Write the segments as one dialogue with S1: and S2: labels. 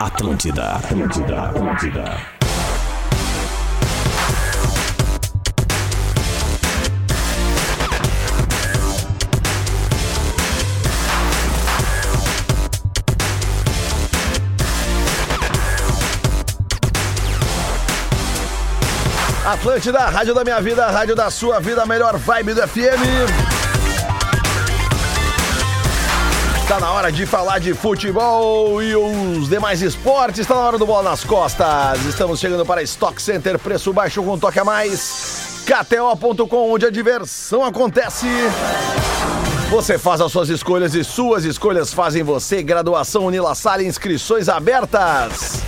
S1: Atlântida, Atlântida, Atlântida.
S2: Atlântida, rádio da minha vida, rádio da sua vida, melhor vibe do FM. Tá na hora de falar de futebol e os demais esportes. Está na hora do Bola nas Costas. Estamos chegando para Stock Center, preço baixo com um toque a mais. KTO.com, onde a diversão acontece. Você faz as suas escolhas e suas escolhas fazem você. Graduação Unila Sala, inscrições abertas.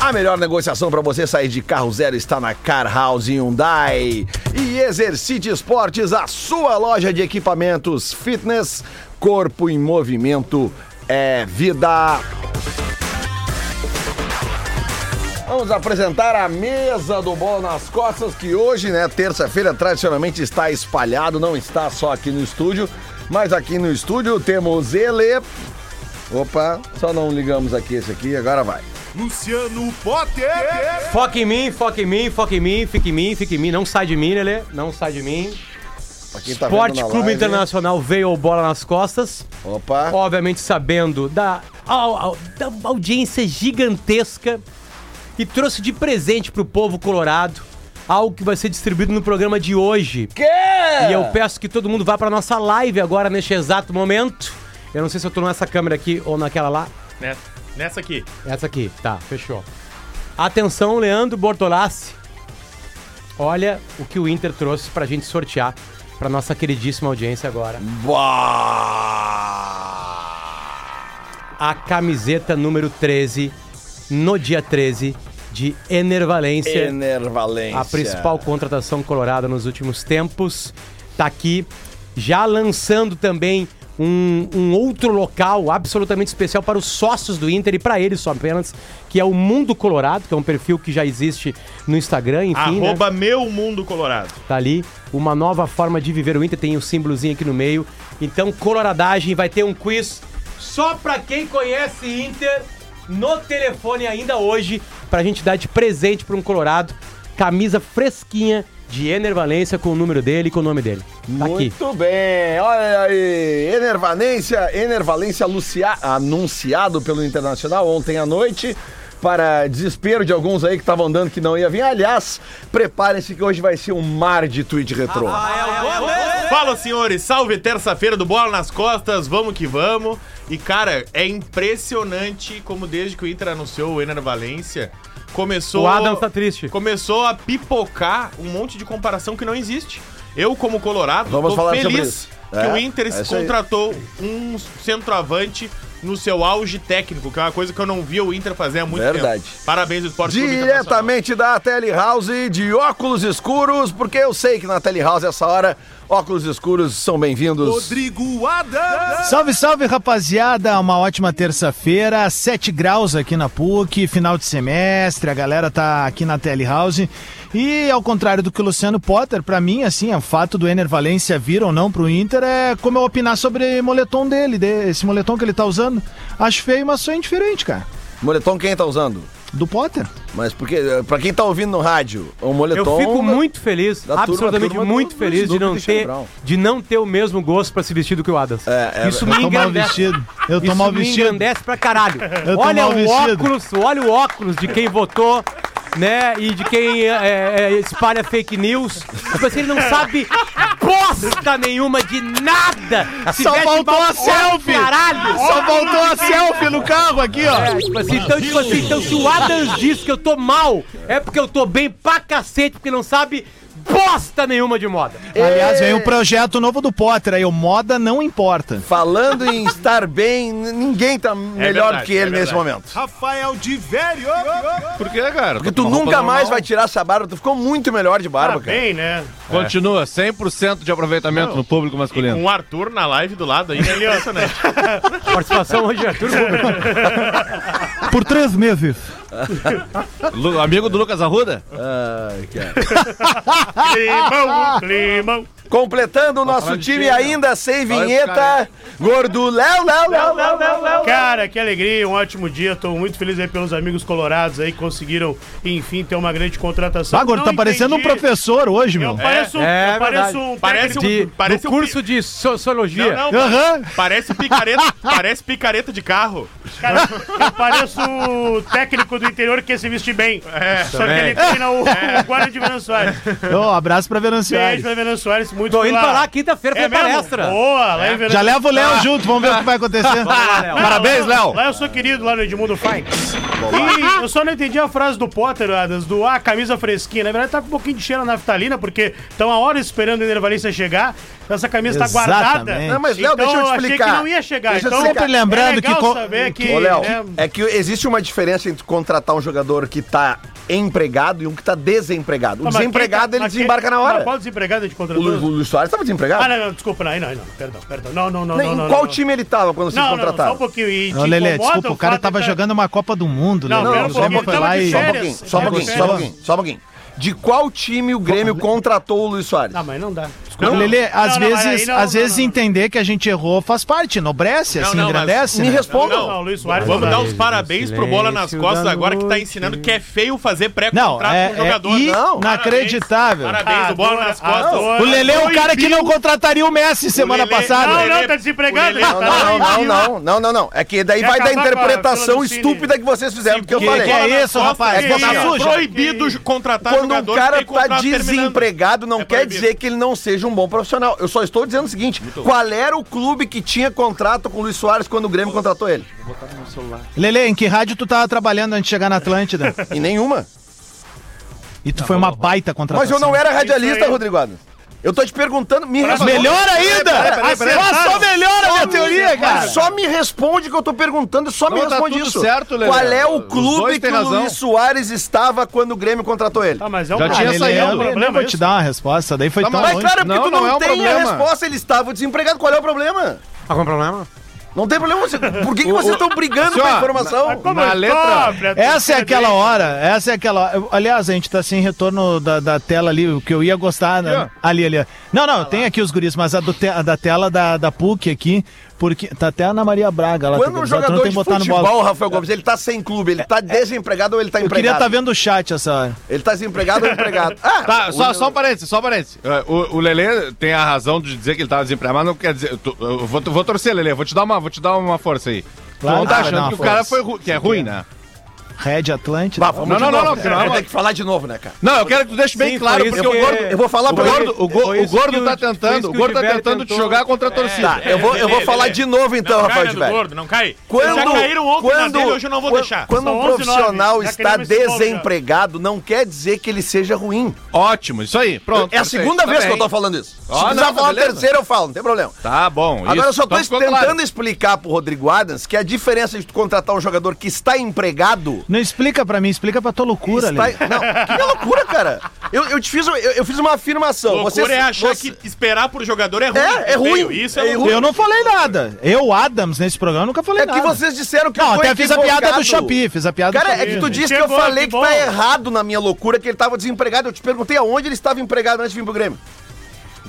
S2: A melhor negociação para você sair de carro zero está na Car House Hyundai. E Exercite Esportes, a sua loja de equipamentos fitness, corpo em movimento é vida. Vamos apresentar a mesa do Bola nas Costas, que hoje, né, terça-feira, tradicionalmente está espalhado, não está só aqui no estúdio, mas aqui no estúdio temos ele. Opa, só não ligamos aqui esse aqui, agora vai.
S3: Luciano Potter!
S4: Foca em mim, foca em mim, foca em mim, fica em mim, fica em mim. Não sai de mim, Lelê. Não sai de mim.
S2: Pra quem tá vendo
S4: Esporte
S2: na
S4: Clube
S2: live.
S4: Internacional veio o bola nas costas.
S2: Opa.
S4: Obviamente sabendo da, au- au- da audiência gigantesca. E trouxe de presente pro povo colorado algo que vai ser distribuído no programa de hoje.
S2: Que?
S4: E eu peço que todo mundo vá pra nossa live agora, neste exato momento. Eu não sei se eu tô nessa câmera aqui ou naquela lá.
S3: Nessa, Né, nessa aqui.
S4: Essa aqui, tá, fechou. Atenção, Leandro Bortolassi. Olha o que o Inter trouxe pra gente sortear pra nossa queridíssima audiência agora. A camiseta número 13, no dia 13, de Enervalência.
S2: Enervalência.
S4: A principal contratação colorada nos últimos tempos. Tá aqui, já lançando também um, um outro local absolutamente especial para os sócios do Inter e para eles só apenas, que é o Mundo Colorado, que é um perfil que já existe no Instagram, enfim. né?
S3: Arroba meu mundo colorado.
S4: Tá ali, uma nova forma de viver o Inter, tem o símbolozinho aqui no meio. Então, coloradagem, vai ter um quiz só pra quem conhece Inter no telefone ainda hoje, pra gente dar de presente pra um colorado, camisa fresquinha de Ener Valência com o número dele e com o nome dele. Tá aqui.
S2: Muito bem, olha aí, Enervalência, Enervalência Lucia, anunciado pelo Internacional ontem à noite, para desespero de alguns aí que estavam dando que não ia vir. Aliás, preparem-se que hoje vai ser um mar de tweet retrô.
S4: Ah, é
S3: Fala, senhores. Salve terça-feira do Bola nas Costas. Vamos que vamos. E, cara, é impressionante como desde que o Inter anunciou o Ener Valência, começou...
S4: O Adam tá triste.
S3: Começou a pipocar um monte de comparação que não existe. Eu, como colorado,
S2: Vamos
S3: tô
S2: falar sobre
S3: feliz
S2: isso.
S3: que
S2: É,
S3: o Inter
S2: é isso aí.
S3: contratou um centroavante no seu auge técnico, que é uma coisa que eu não via o Inter fazer há muito
S2: Verdade.
S3: tempo. Parabéns, Esporte Clube Internacional.
S2: Diretamente da Telehouse de óculos escuros, porque eu sei que na Telehouse essa hora óculos escuros são bem-vindos.
S3: Rodrigo Adams.
S5: Salve, salve, rapaziada! Uma ótima terça-feira, 7 graus aqui na PUC, final de semestre, a galera tá aqui na Telehouse. E ao contrário do que o Luciano Potter, pra mim, assim, o fato do Ener Valência vir ou não pro Inter é como eu opinar sobre moletom dele, de- esse moletom que ele tá usando. Acho feio, mas sou indiferente, cara.
S2: Moletom quem tá usando?
S5: Do Potter.
S2: Mas porque para quem tá ouvindo no rádio, o
S4: Eu
S2: moletom é-
S4: fico muito feliz,
S2: da turma-
S4: absolutamente
S2: turma do-
S4: muito
S2: do
S4: feliz de
S2: Snoop
S4: não,
S2: e Charlie
S4: ter,
S2: Brown.
S4: de não ter o mesmo gosto pra se vestir do que o Adams.
S2: É, é-
S4: Isso
S5: Eu
S4: me
S5: tô mal
S4: engrandece.
S5: vestido. Eu tô
S4: Isso
S5: mal
S4: me
S5: vestido.
S4: engrandece pra caralho.
S5: Eu tô
S4: olha
S5: mal
S4: o
S5: vestido.
S4: óculos, olha o óculos de quem votou, né? E de quem é, é, espalha fake news. Tipo assim, ele não sabe bosta nenhuma de nada. Se
S5: Só
S4: veste
S5: faltou
S4: mal-
S5: a selfie.
S4: Caralho.
S5: Só voltou a selfie no carro aqui,
S4: É,
S5: ó.
S4: tipo assim, então, tipo assim, então se o Adams diz que eu tô mal, é porque eu tô bem pra cacete, porque não sabe bosta nenhuma de moda.
S5: Aliás, vem um projeto novo do Potter aí, o Moda Não Importa.
S2: Falando em estar bem, n- ninguém tá melhor
S3: verdade,
S2: que ele
S3: é
S2: nesse
S3: verdade.
S2: momento.
S3: Rafael de Vério. Por que, cara?
S2: Porque tu nunca mais vai tirar essa barba, tu ficou muito melhor de barba,
S6: Tá
S2: cara.
S3: Bem, né?
S7: Continua, 100% de aproveitamento
S3: Não.
S7: no público masculino.
S3: Com o Arthur na live do lado aí, é impressionante.
S4: Participação hoje, Arthur.
S5: Por três meses.
S7: Lu- amigo do Lucas Arruda?
S2: Ai, cara.
S3: limão, limão.
S2: Completando o nosso time ainda sem vinheta, gordo Léo, Léo, Léo, Léo, Léo, Léo.
S6: Cara, que alegria, um ótimo dia. Tô muito feliz aí pelos amigos colorados aí que conseguiram, enfim, ter uma grande contratação.
S5: Ah, agora
S6: Não
S5: tá parecendo um
S6: entendi.
S5: professor hoje,
S6: Eu
S5: meu.
S6: pareço, um-
S4: É
S6: eu pareço um
S4: verdade.
S3: Parece um-
S4: De,
S3: parece
S4: do
S3: um pi-
S4: curso de sociologia.
S3: Não, não,
S5: Aham.
S3: Parece picareta, parece picareta de carro.
S6: Cara, eu pareço o técnico do interior que se veste bem.
S4: É,
S6: Só que ele treina o, o guarda de Venan Soares.
S5: Ô, abraço pra
S6: Beijo
S5: Venancio.
S6: pra Venan Soares, muito
S4: Tô indo
S6: pela-
S4: pra lá quinta-feira
S6: É
S4: fazer
S6: mesmo?
S4: palestra.
S6: Boa,
S4: É.
S6: lá em Venan
S5: Já leva o Léo junto, vamos ver o que vai acontecer.
S7: Parabéns, Léo.
S6: Lá eu sou querido, lá no Edmundo Fine. E eu só não entendi a frase do Potter, Adas, do ah, camisa fresquinha. Na verdade, tá com um pouquinho de cheiro na naftalina, porque estão a hora esperando a Enervalência chegar. Essa camisa tá guardada.
S5: Exatamente.
S2: Não, mas Léo,
S6: então,
S2: deixa eu te
S6: achei
S2: explicar.
S6: que não ia chegar.
S2: Deixa eu te
S6: então,
S2: explicar.
S5: Sempre lembrando
S6: é legal
S5: que co-
S6: saber que...
S2: Ô, Léo,
S6: né,
S2: é que existe uma diferença entre contratar um jogador que tá empregado e um que tá desempregado. O
S6: mas
S2: desempregado,
S6: quem- tá-
S2: ele
S6: mas quem-
S2: desembarca na
S6: Mas
S2: hora.
S6: qual desempregado de
S2: O Lu- o
S6: contratou?
S2: Luiz Soares tava desempregado?
S6: Ah, não, não, desculpa, não, aí não, aí não, perdão, perdão. Não, não, não,
S2: Nem-
S6: não,
S2: em
S6: não.
S2: qual
S6: não.
S2: time ele tava quando vocês
S6: Não, não, não, só
S2: contrataram?
S6: um pouquinho. E
S5: Ô,
S6: te
S5: Lelê,
S6: incomoda
S5: desculpa, o cara
S6: fato
S5: tava
S6: da-
S5: jogando uma Copa do Mundo, Lelê.
S6: Não,
S2: não,
S5: o
S2: só um
S5: Grêmio foi
S6: pouquinho,
S5: lá e...
S2: Só um
S6: férias,
S2: pouquinho, só um
S6: tá de
S2: pouquinho, só um
S6: férias.
S2: pouquinho, só um pouquinho. De qual time o Grêmio contratou o Luiz Soares?
S6: Não, Ah, mas não dá.
S5: Não, Lelê, às
S6: não, mas aí
S5: vezes,
S6: não,
S5: às
S6: não,
S5: vezes
S6: não, não.
S5: entender que a gente errou faz parte, enobrece,
S3: Não,
S5: assim,
S3: não, mas
S5: engrandece.
S2: Me
S5: né?
S2: responda.
S6: Não, o Luiz Soares
S3: Vamos
S6: não
S3: dar um
S6: dá.
S3: os parabéns pro Bola nas
S4: silêncio
S3: Costas
S4: da
S3: agora que tá
S4: noite.
S3: ensinando que é feio fazer
S5: Não,
S3: pré-contrato
S5: é,
S3: com o jogador.
S5: é
S2: Não,
S5: inacreditável.
S3: Parabéns, o Bola nas
S6: Adoro,
S3: Costas.
S6: adoro.
S5: O Lelê é o cara que não contrataria o Messi semana
S3: Lelê-
S5: passada.
S6: Não, não,
S3: Lelê-
S6: tá desempregado.
S3: o Lelê-
S6: tá
S2: Não, não,
S6: lá
S2: não,
S6: em
S2: não, não, não, não. É que daí
S6: Quer
S2: vai da
S6: acabar com a
S2: interpretação
S6: fila do Cine.
S2: estúpida que vocês fizeram, porque eu
S3: Que-
S2: falei.
S5: que é isso, rapaz?
S3: É
S5: Boca
S3: isso.
S5: suja.
S3: proibido ju- contratar
S2: Quando um
S3: jogador
S2: cara
S3: que tem
S2: tá
S3: contrato terminando.
S2: desempregado, não
S3: É
S2: quer
S3: proibido.
S2: dizer que ele não seja um bom profissional. Eu só estou dizendo o seguinte: qual era o clube que tinha contrato com o Luiz Soares quando o Grêmio contratou ele?
S5: Lelê, em que rádio tu tava trabalhando antes de chegar na Atlântida?
S2: E nenhuma.
S5: E tu foi uma baita contratação.
S2: Mas eu não era radialista,
S6: Isso aí.
S2: Rodrigo Adams. Eu tô te perguntando, me
S5: Mas
S2: responde.
S5: melhor
S7: Peraí,
S5: ainda!
S7: peraí, peraí.
S5: Mas só melhora a minha teoria, cara!
S2: Mas só me responde que eu tô perguntando, só me
S7: Não, tá
S2: responde
S7: tudo
S2: isso.
S7: certo, Lelê.
S2: Qual é o
S7: Os dois
S2: clube que
S7: têm
S2: o Luiz
S7: razão.
S2: Soares estava quando o Grêmio contratou ele?
S6: Tá, mas é um
S7: Já tinha
S6: Lelê,
S7: saído,
S6: é
S5: eu
S6: um
S5: nem- nem
S6: problema
S5: vou te
S6: isso.
S5: dar uma resposta, daí foi
S7: Tá,
S5: tão
S7: mas
S5: longe.
S2: Claro, é porque
S7: Não,
S2: tu não,
S7: não é um
S2: tem a
S7: problema.
S2: resposta, ele estava desempregado. Qual é o problema?
S4: Algum problema?
S2: Não tem problema. Você... Por que, que vocês estão brigando
S7: Senhor,
S2: com a informação?
S6: Mas como
S7: Na
S6: é
S7: letra-
S6: própria,
S5: Essa é
S6: tudo
S5: aquela
S6: bem.
S5: hora, essa é aquela hora. Eu- Aliás, a gente tá sem retorno da, da tela ali, o que eu ia gostar. né? Ali, ali. ó. Não, não, tem aqui os guris, mas a, do te- a da tela da, da PUC aqui, porque tá até a Ana Maria Braga lá.
S2: Quando
S5: tá-
S2: um
S5: tu não
S2: jogador de
S5: botar no
S2: futebol,
S5: bolo.
S2: Rafael Gomes, ele tá sem clube, ele tá desempregado ou ele tá
S5: Eu queria
S2: empregado?
S5: estar vendo o chat essa hora.
S2: Ele tá desempregado ou empregado? Ah,
S7: Tá,
S2: o-
S7: só, só um parênteses, só um parênteses. É, O, o Lelê tem a razão de dizer que ele
S3: tá
S7: tava desempregado, mas não quer dizer. tu- eu vou, vou torcer, Lelê, É, vou te dar uma, vou te dar uma força aí.
S5: Claro
S7: tu não
S5: que
S7: tá
S5: vai dar
S7: achando
S5: uma
S7: que o cara
S5: força.
S7: foi ru- que é ruim, né?
S5: Red Atlântida.
S2: Bah, vamos
S7: Não,
S2: de
S7: não,
S2: novo,
S7: não,
S2: né?
S7: não, não,
S2: Eu
S7: não.
S2: tenho que falar de novo, né, cara?
S7: Não, eu quero que tu deixe bem
S4: Sim,
S7: claro,
S4: foi isso
S7: porque o
S4: que-
S7: gordo.
S2: Eu vou falar
S7: O
S2: pra ele.
S7: gordo, o go-
S4: foi
S7: o
S4: isso
S7: gordo
S4: que o-
S7: tá
S4: foi
S7: tentando,
S4: isso
S7: o
S4: que
S7: gordo
S4: o
S7: tá
S4: Gilberto
S7: tentando te
S4: tentou. É.
S7: jogar contra a torcida.
S2: Tá, eu vou, eu vou
S3: Lelê,
S2: falar
S3: Lelê.
S2: de novo então,
S3: Não cai
S2: Rafael
S3: na
S2: de
S3: do
S2: velho.
S3: gordo, não cai.
S2: Quando,
S3: Já caíram ontem na
S2: quando,
S3: dele, hoje eu não vou
S2: quan-
S3: deixar.
S2: Quando
S6: São
S2: um
S6: 11 e nove,
S2: profissional
S6: já
S2: está
S6: queremos esse bolo já.
S2: desempregado, não quer dizer que ele seja ruim.
S7: Ótimo, isso aí, pronto.
S2: é a
S7: perfeito,
S2: segunda
S7: tá
S2: vez
S7: bem.
S2: que eu tô falando isso. Se
S7: Ah,
S2: precisar
S7: não,
S2: falar a
S7: beleza.
S2: terceira, eu falo, não tem problema.
S7: Tá bom.
S2: Agora eu só tô
S7: Então ficou
S2: tentando
S7: claro.
S2: explicar pro Rodrigo Adams que a diferença de tu contratar um jogador que está empregado.
S5: Não explica pra mim, explica pra tua loucura,
S2: está-
S5: Lelê.
S2: Não, que loucura, cara. Eu, eu te fiz, eu, eu fiz uma afirmação.
S3: Loucura
S2: Você-
S3: é achar
S2: você-
S3: que esperar por jogador é ruim.
S2: É, é
S3: Feio,
S2: ruim.
S3: Isso
S2: É
S3: é, loucura.
S2: ruim.
S5: Eu não falei nada. Eu, Adams, nesse programa, nunca falei
S2: É
S5: nada.
S2: que vocês disseram que
S5: Não,
S2: eu tô
S5: até fiz a piada do
S2: equivocado.
S5: Chapi, fiz a piada
S2: Cara,
S5: do
S2: é
S5: Chapi.
S2: que tu disse
S6: Chegou,
S2: que eu falei que,
S6: que
S2: tá
S6: bom.
S2: errado na minha loucura, que ele tava desempregado. Eu te perguntei aonde ele estava empregado antes de vir pro Grêmio.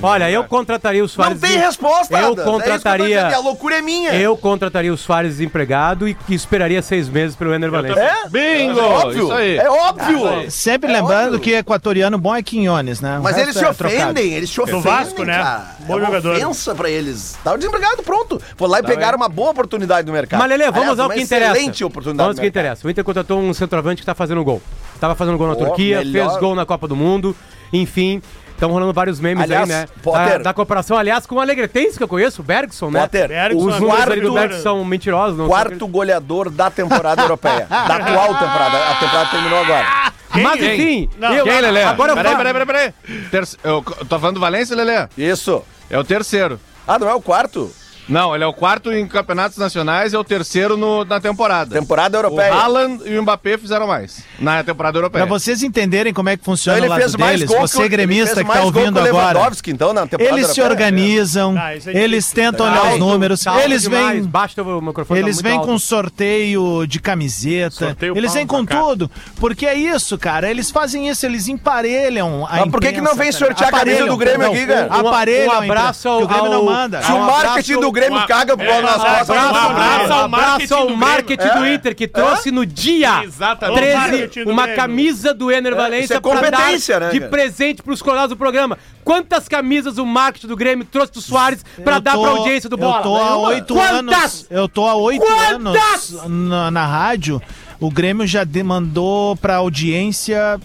S4: Olha, eu contrataria o
S2: Não
S4: Soares.
S2: tem resposta, Adams. É
S4: Eu
S2: isso que tô
S4: contrataria-
S2: dizendo, e a loucura é minha.
S4: Eu contrataria o Soares desempregado e que esperaria seis meses pelo Ener Valencia.
S2: É?
S7: Bingo!
S2: É óbvio.
S7: Isso aí.
S2: É óbvio.
S4: Ah,
S5: Sempre
S2: É
S5: lembrando
S2: óbvio.
S5: que equatoriano bom é Quinhones, né? O
S2: Mas
S5: resto
S2: eles se
S5: é trocado.
S2: ofendem, eles se ofendem.
S6: Vasco, né?
S2: cara.
S6: Bom
S2: é uma
S6: jogador. Tá
S2: ofensa pra eles. Tá desempregado, pronto. Foi lá e pegaram uma boa oportunidade no mercado.
S4: Mas, Lelê, vamos
S2: Aliás,
S4: ao
S2: uma
S4: que interessa.
S2: Excelente oportunidade. né,
S4: Vamos ao que
S2: no mercado.
S4: interessa. O Inter contratou um centroavante que tá fazendo gol. Tava fazendo gol na
S2: Ó,
S4: Turquia,
S2: melhor.
S4: fez gol na Copa do Mundo, enfim. Estão rolando vários memes
S2: Aliás,
S4: aí, né?
S2: Potter.
S4: Da, da cooperação, aliás, com o alegretense que eu conheço, o Bergson, né?
S2: Potter,
S6: Bergson,
S4: Os números ali do
S6: quarto-
S4: Bergson são mentirosos. Não
S2: Quarto goleador da temporada europeia. Da atual temporada. A temporada terminou agora.
S4: são... Mas
S7: Quem?
S4: enfim,
S6: Não.
S4: eu,
S7: Quem, Lelê?
S4: agora
S7: peraí,
S4: vai.
S7: peraí, peraí, peraí. Terce- Eu tô falando do Valência, Lelê?
S2: Isso.
S7: É o terceiro.
S2: Ah, não é o quarto?
S7: Não, ele é o quarto em campeonatos nacionais e é o terceiro no- na temporada.
S2: Temporada
S7: O
S2: europeia.
S7: Haaland e o Mbappé fizeram mais na temporada europeia.
S5: Pra vocês entenderem como é que funciona
S2: Então
S5: o lado deles,
S2: gol que o-
S5: você
S2: ele
S5: gremista
S2: fez
S5: que tá
S2: mais gol
S5: ouvindo
S2: que o
S5: agora.
S2: Lewandowski, então, na temporada
S5: Eles se
S2: europeia.
S5: organizam,
S6: Ah, isso é difícil.
S5: eles tentam olhar os números, eles vêm
S4: Basta o microfone tá
S5: Eles
S4: muito
S5: vêm
S4: alto.
S5: com sorteio de camiseta,
S3: Sorteio
S5: eles
S3: pau
S5: vêm com
S3: na cara.
S5: tudo, porque é isso, cara. Eles fazem isso, eles emparelham a
S2: Mas Ah, por que que não vem
S5: imprensa,
S2: sortear a camisa
S5: Aparelham,
S2: do Grêmio
S5: perdão,
S2: aqui, cara?
S5: Um, aparelho,
S4: Um abraço ao-
S5: o Grêmio não
S4: ao-
S5: manda.
S2: Se o
S4: Um
S2: marketing
S4: abraço-
S2: do Grêmio
S3: um-
S2: caga pro bola
S3: é,
S2: nas
S3: um
S2: costas.
S4: Abraço,
S3: Um
S4: ao
S3: abraço
S4: Grêmio.
S3: ao
S4: abraço ao marketing do
S2: É?
S4: Inter, que trouxe no dia
S3: Exatamente.
S6: Ao marketing
S4: 13
S6: do
S4: uma
S6: Grêmio.
S4: camisa do Ener
S2: isso é
S4: Valência pra
S2: competência, né,
S4: dar de
S2: cara?
S4: presente pros colados do programa. Quantas camisas o marketing do Grêmio trouxe do Soares pra
S5: Eu
S4: dar
S5: tô-
S4: pra audiência do Bola?
S5: Eu tô há
S4: Nenhuma.
S5: oito
S4: Quantas?
S5: anos. Eu tô há oito
S4: Quantas?
S5: anos na, na rádio. O Grêmio já demandou pra audiência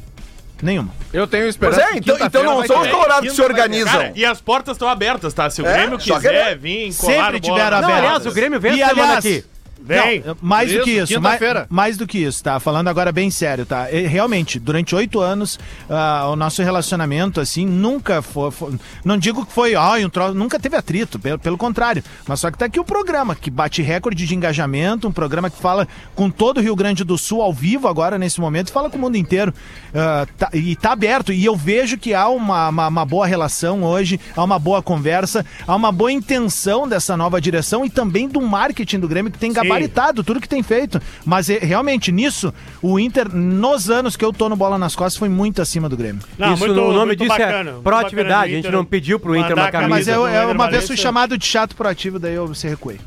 S5: nenhuma.
S7: Eu tenho
S2: Pois
S7: esperança.
S2: é,
S7: que
S2: então, então
S7: quinta-feira
S2: não
S7: vai
S3: um
S2: são os
S7: ter.
S2: colorados que se
S3: Cara,
S2: organizam.
S3: e as portas estão abertas, tá? Se o
S2: É,
S3: Grêmio
S2: só
S3: quiser
S2: querer.
S3: vir, colar
S5: Sempre
S3: no bola.
S5: tiveram
S4: Não,
S5: abertas.
S4: aliás, o Grêmio veio
S5: E,
S4: essa semana
S5: aliás,
S4: aqui.
S6: Vem.
S5: Não, mais do
S7: Isso,
S5: que isso, mais,
S7: quinta-feira.
S5: mais do que isso, tá? Falando agora bem sério, tá? E, realmente, durante oito anos, ah, o nosso relacionamento, assim, nunca foi. foi- não digo que foi, ai, um troço, nunca teve atrito, pelo, pelo contrário. Mas só que tá aqui o programa, que bate recorde de engajamento, um programa que fala com todo o Rio Grande do Sul ao vivo agora, nesse momento, fala com o mundo inteiro. Ah, tá- e tá aberto. E eu vejo que há uma, uma- uma boa relação hoje, há uma boa conversa, há uma boa intenção dessa nova direção e também do marketing do Grêmio, que tem gabaritado limitado tudo que tem feito. Mas é, realmente, nisso, o Inter, nos anos que eu tô no bola nas costas, foi muito acima do Grêmio.
S6: Não,
S4: Isso,
S6: muito-
S4: o nome
S6: muito
S4: disso é
S6: bacana, muito
S4: proatividade,
S6: bacana do
S4: a gente
S6: Inter
S4: não pediu pro Inter uma
S6: mandar a
S4: camisa
S5: Mas
S4: Camisa
S5: eu,
S6: do
S5: eu
S6: Ener
S5: uma vez fui
S3: é-
S6: Valencia.
S5: chamado de chato proativo, daí eu se recuei.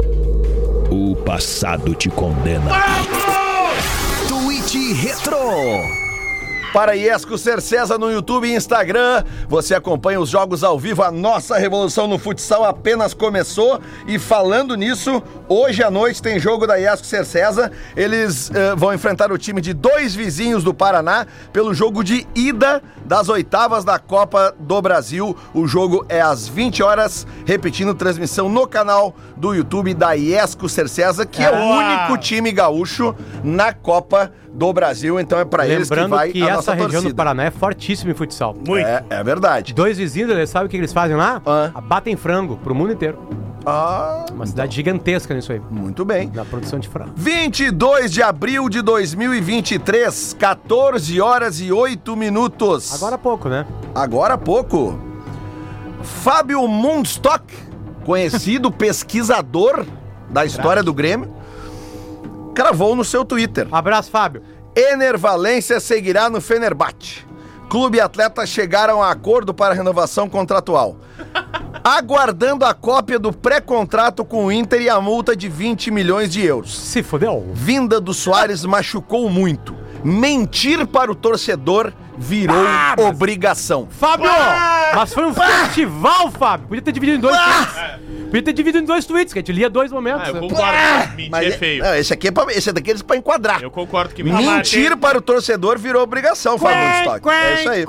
S1: O passado te condena.
S2: Para Iesco Ser César no YouTube e Instagram. Você acompanha os jogos ao vivo. A nossa revolução no futsal apenas começou. E falando nisso, hoje à noite tem jogo da Iesco Ser César. Eles eh, vão enfrentar o time de dois vizinhos do Paraná pelo jogo de ida das oitavas da Copa do Brasil. O jogo é às 20 horas, repetindo transmissão no canal do YouTube da Iesco Ser César, que é o
S6: Boa!
S2: único time gaúcho na Copa do Brasil. Então é para eles que
S4: Lembrando
S2: vai
S4: que,
S2: a
S4: essa
S2: nossa
S4: região
S2: torcida.
S4: do Paraná é fortíssima em futsal.
S6: Muito.
S2: É, é verdade.
S4: Dois vizinhos, eles sabem o que eles fazem lá?
S2: Ah.
S4: Batem frango pro mundo inteiro.
S2: Ah,
S4: Uma cidade gigantesca nisso aí,
S2: muito bem.
S4: na produção de frango.
S2: 22 de abril de 2023, 14 horas e 8 minutos.
S4: Agora há pouco, né?
S2: Agora há pouco. Fábio Mundstock, conhecido pesquisador da história do Grêmio, cravou no seu Twitter.
S4: Abraço, Fábio.
S2: Ener Valência seguirá no Fenerbahçe. Clube e atleta chegaram a acordo para renovação contratual. Aguardando a cópia do pré-contrato com o Inter e a multa de 20 milhões de euros.
S4: Se fodeu.
S2: Vinda do Soares machucou muito. Mentir para o torcedor virou
S3: Ah,
S2: obrigação.
S4: Fábio! Mas foi um festival, Fábio. Podia ter dividido em dois tweets. Podia ter dividido em dois tweets, que a gente lia dois momentos.
S3: Ah, eu
S4: né?
S3: concordo. Mentir é
S2: Mas
S3: feio.
S2: não, esse aqui é pra, esse daqueles para enquadrar.
S3: Eu concordo que mentir.
S2: Mentir para o torcedor virou obrigação, Fábio Mundstock. É isso aí.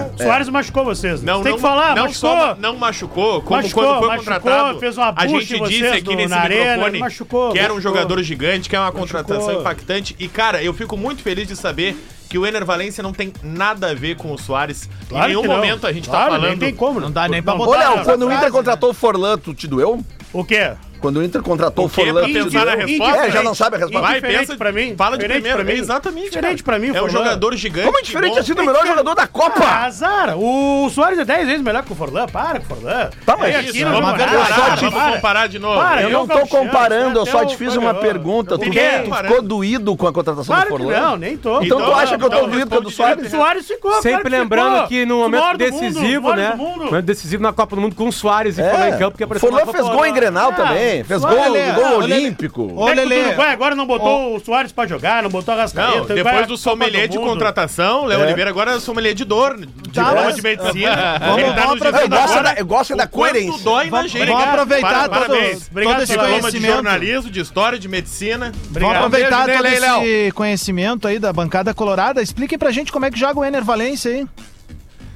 S6: Não, o Soares Então, machucou vocês.
S2: É,
S6: né? O
S2: é.
S6: Soares machucou vocês. né?
S3: Não,
S6: Você tem
S3: não,
S6: que falar,
S3: não
S6: machucou.
S3: só ma- não machucou, como
S6: Machucou,
S3: quando foi
S6: machucou,
S3: contratado.
S6: fez uma
S3: a
S6: bucha em
S3: gente
S6: vocês
S3: disse aqui
S6: do-
S3: nesse
S6: na arena,
S3: microfone
S6: machucou,
S3: que era um
S6: machucou.
S3: jogador gigante, que é uma contratação
S6: Machucou.
S3: impactante. E, cara, eu fico muito feliz de saber que o Ener Valência não tem nada a ver com o Soares.
S6: Claro
S3: em nenhum
S6: que não.
S3: momento a gente
S6: Claro,
S3: tá falando.
S6: Nem tem como.
S5: Não dá nem pra
S6: não
S2: Ô,
S5: botar.
S2: Léo,
S6: dá.
S2: quando o Inter
S5: Frase,
S3: né?
S2: contratou o Forlan, tu te doeu?
S6: O quê?
S2: Quando o Inter contratou o,
S3: quê?
S2: Forlan,
S3: Pra
S2: tu te
S3: pensar na
S2: doeu?
S3: resposta?
S2: É, já não sabe a resposta.
S3: Vai,
S6: Diferente
S3: pensa
S6: pra mim.
S3: Fala de
S6: Diferente
S3: primeiro.
S6: pra mim.
S3: Exatamente.
S6: Diferente
S3: cara.
S6: pra mim,
S3: É um
S6: Forlan.
S3: jogador gigante.
S2: Como é diferente
S3: bom.
S2: assim do melhor jogador da
S6: Ah,
S2: Copa?
S6: azar. O Soares é 10 vezes melhor que o Forlan. Para com o Forlan.
S2: Tá, mas
S6: Aí
S2: isso,
S3: é
S6: nós
S2: vamos
S6: vamos
S2: comparar,
S6: parar,
S2: vamos
S6: para.
S3: comparar de novo.
S6: Para,
S2: Eu não tô
S6: gauchão,
S2: comparando, eu
S6: até
S2: só
S6: o
S2: te fiz uma
S6: Fabiano.
S2: pergunta. Tu,
S3: fiquei
S2: tu ficou
S3: comparando.
S2: doído com a contratação
S6: Claro
S2: do
S6: que
S2: Forlan?
S6: não, nem tô.
S2: Então, tu
S3: Então,
S2: acha que eu tô
S3: então,
S2: doído com a do
S3: responde
S6: O
S2: Soares?
S6: Soares ficou. claro
S4: Sempre
S6: ficou.
S4: lembrando que no
S6: O maior
S4: momento
S6: do mundo,
S4: decisivo,
S6: o maior
S4: né?
S6: do mundo.
S4: Momento decisivo na Copa do Mundo com o Soares e Forlan em campo, que
S2: É.
S4: apareceu
S2: Forlan
S4: na
S2: fez
S4: Copa
S2: gol em Grenal
S6: Ah,
S2: também, fez
S5: olha,
S2: gol,
S5: olha,
S2: gol
S5: olha,
S2: olímpico.
S5: olha,
S6: Como é que o
S5: Lelê.
S6: Uruguai agora não botou o Soares pra jogar, não botou a Rascaeta.
S3: Não, depois do sommelier de contratação, Léo
S2: É.
S3: Oliveira agora é sommelier de dor, de
S5: Tá,
S3: dor
S5: mas-
S3: de medicina.
S5: Vamos-
S3: Ele tá
S5: vamos
S3: no
S5: aproveitar.
S2: Eu
S3: G7
S2: gosto,
S3: agora.
S2: da, eu gosto da
S3: O quanto
S2: coerência.
S3: dói na
S5: Vamos,
S3: gente.
S5: vamos
S3: cara.
S5: aproveitar
S3: Para-
S5: todo,
S3: parabéns.
S5: todo esse
S6: pelo
S3: Diploma de
S5: conhecimento.
S3: jornalismo, de história, de medicina.
S5: Vamos
S6: Obrigado.
S5: aproveitar
S7: Beijo
S5: todo
S7: nele aí,
S5: esse conhecimento aí da bancada colorada. Expliquem pra gente como é que joga o Ener Valência aí.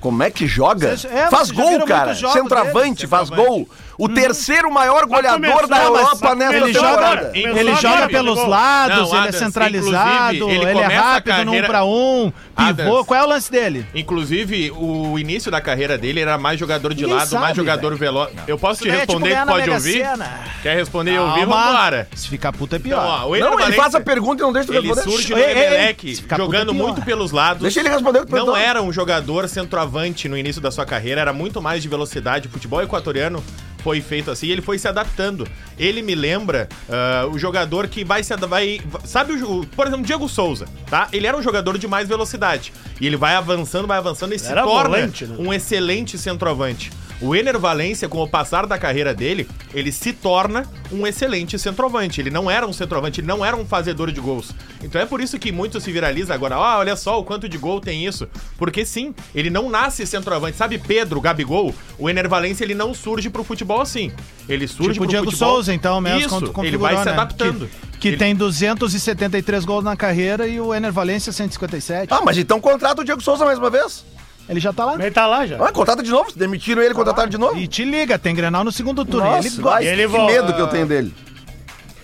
S2: Como é que joga?
S5: Vocês- é,
S2: faz
S5: vocês já
S2: gol,
S5: viram
S2: cara.
S5: muitos jogos
S2: Centroavante,
S5: dele.
S2: faz gol. O terceiro maior goleador
S6: começou,
S2: da
S6: mas
S2: Europa nessa
S5: Ele
S2: temporada.
S5: joga,
S3: agora.
S5: ele
S3: Começou
S5: joga
S3: agora,
S5: pelos
S6: chegou.
S5: lados,
S3: Não,
S5: ele é
S3: Adams,
S5: centralizado,
S3: inclusive,
S5: ele,
S3: ele
S5: é
S3: começa a
S5: rápido no um
S3: carreira-
S5: pra um, pivô.
S3: Adams.
S5: Qual é o lance dele?
S3: Inclusive, o início da carreira dele era mais jogador de
S5: Ninguém
S3: lado, mais
S5: sabe,
S3: jogador
S5: velho.
S3: veloz. Eu posso te
S5: daí é tipo
S3: responder,
S5: ganhar
S3: que
S5: na
S3: pode
S5: Mega
S3: ouvir?
S5: Sena.
S3: Quer responder e ouvir?
S5: Calma.
S3: Vambora.
S5: Se ficar puta é pior.
S3: Então, ó, o Ener
S2: Não, ele
S3: Valencia,
S2: faz a pergunta e não deixa tu
S3: ele
S2: responder.
S3: surge no
S5: Ei, ei, ei.
S3: Emelec,
S5: Se ficar puto,
S3: jogando
S5: é pior.
S3: muito pelos lados.
S2: Deixa ele responder o que tu
S3: Não
S2: perguntou.
S3: era um jogador centroavante no início da sua carreira, era muito mais de velocidade. O futebol equatoriano foi feito assim e ele foi se adaptando. Ele me lembra ah, o jogador que vai se ad- vai Sabe, o, jo- por exemplo, Diego Souza, tá? Ele era um jogador de mais velocidade. E ele vai avançando, vai avançando e se
S6: Era
S3: torna
S6: volante, né?
S3: um excelente centroavante. O Ener Valência, com o passar da carreira dele, ele se torna um excelente centroavante. Ele não era um centroavante, ele não era um fazedor de gols. Então é por isso que muito se viraliza agora. Ah, olha só o quanto de gol tem isso. Porque sim, ele não nasce centroavante. Sabe Pedro, Gabigol? O Ener Valência, ele não surge pro futebol assim. Ele surge
S5: Tipo o
S3: pro
S5: Diego
S3: futebol...
S5: Souza, então, mesmo
S3: Isso,
S5: quando
S3: ele vai se
S5: né?
S3: adaptando.
S5: Que, que
S3: Ele-
S5: tem 273 gols na carreira e o Ener Valência 157.
S2: Ah, mas então contrata o Diego Souza mais uma vez.
S5: Ele já tá lá.
S6: Ele tá lá já.
S2: Ah, contrata de novo. Demitiram ele, contrataram de novo.
S5: E te liga, tem Grenal no segundo turno.
S2: Nossa,
S5: ele
S2: vai,
S5: gosta.
S6: Ele
S2: que
S6: volta.
S2: medo que eu tenho dele.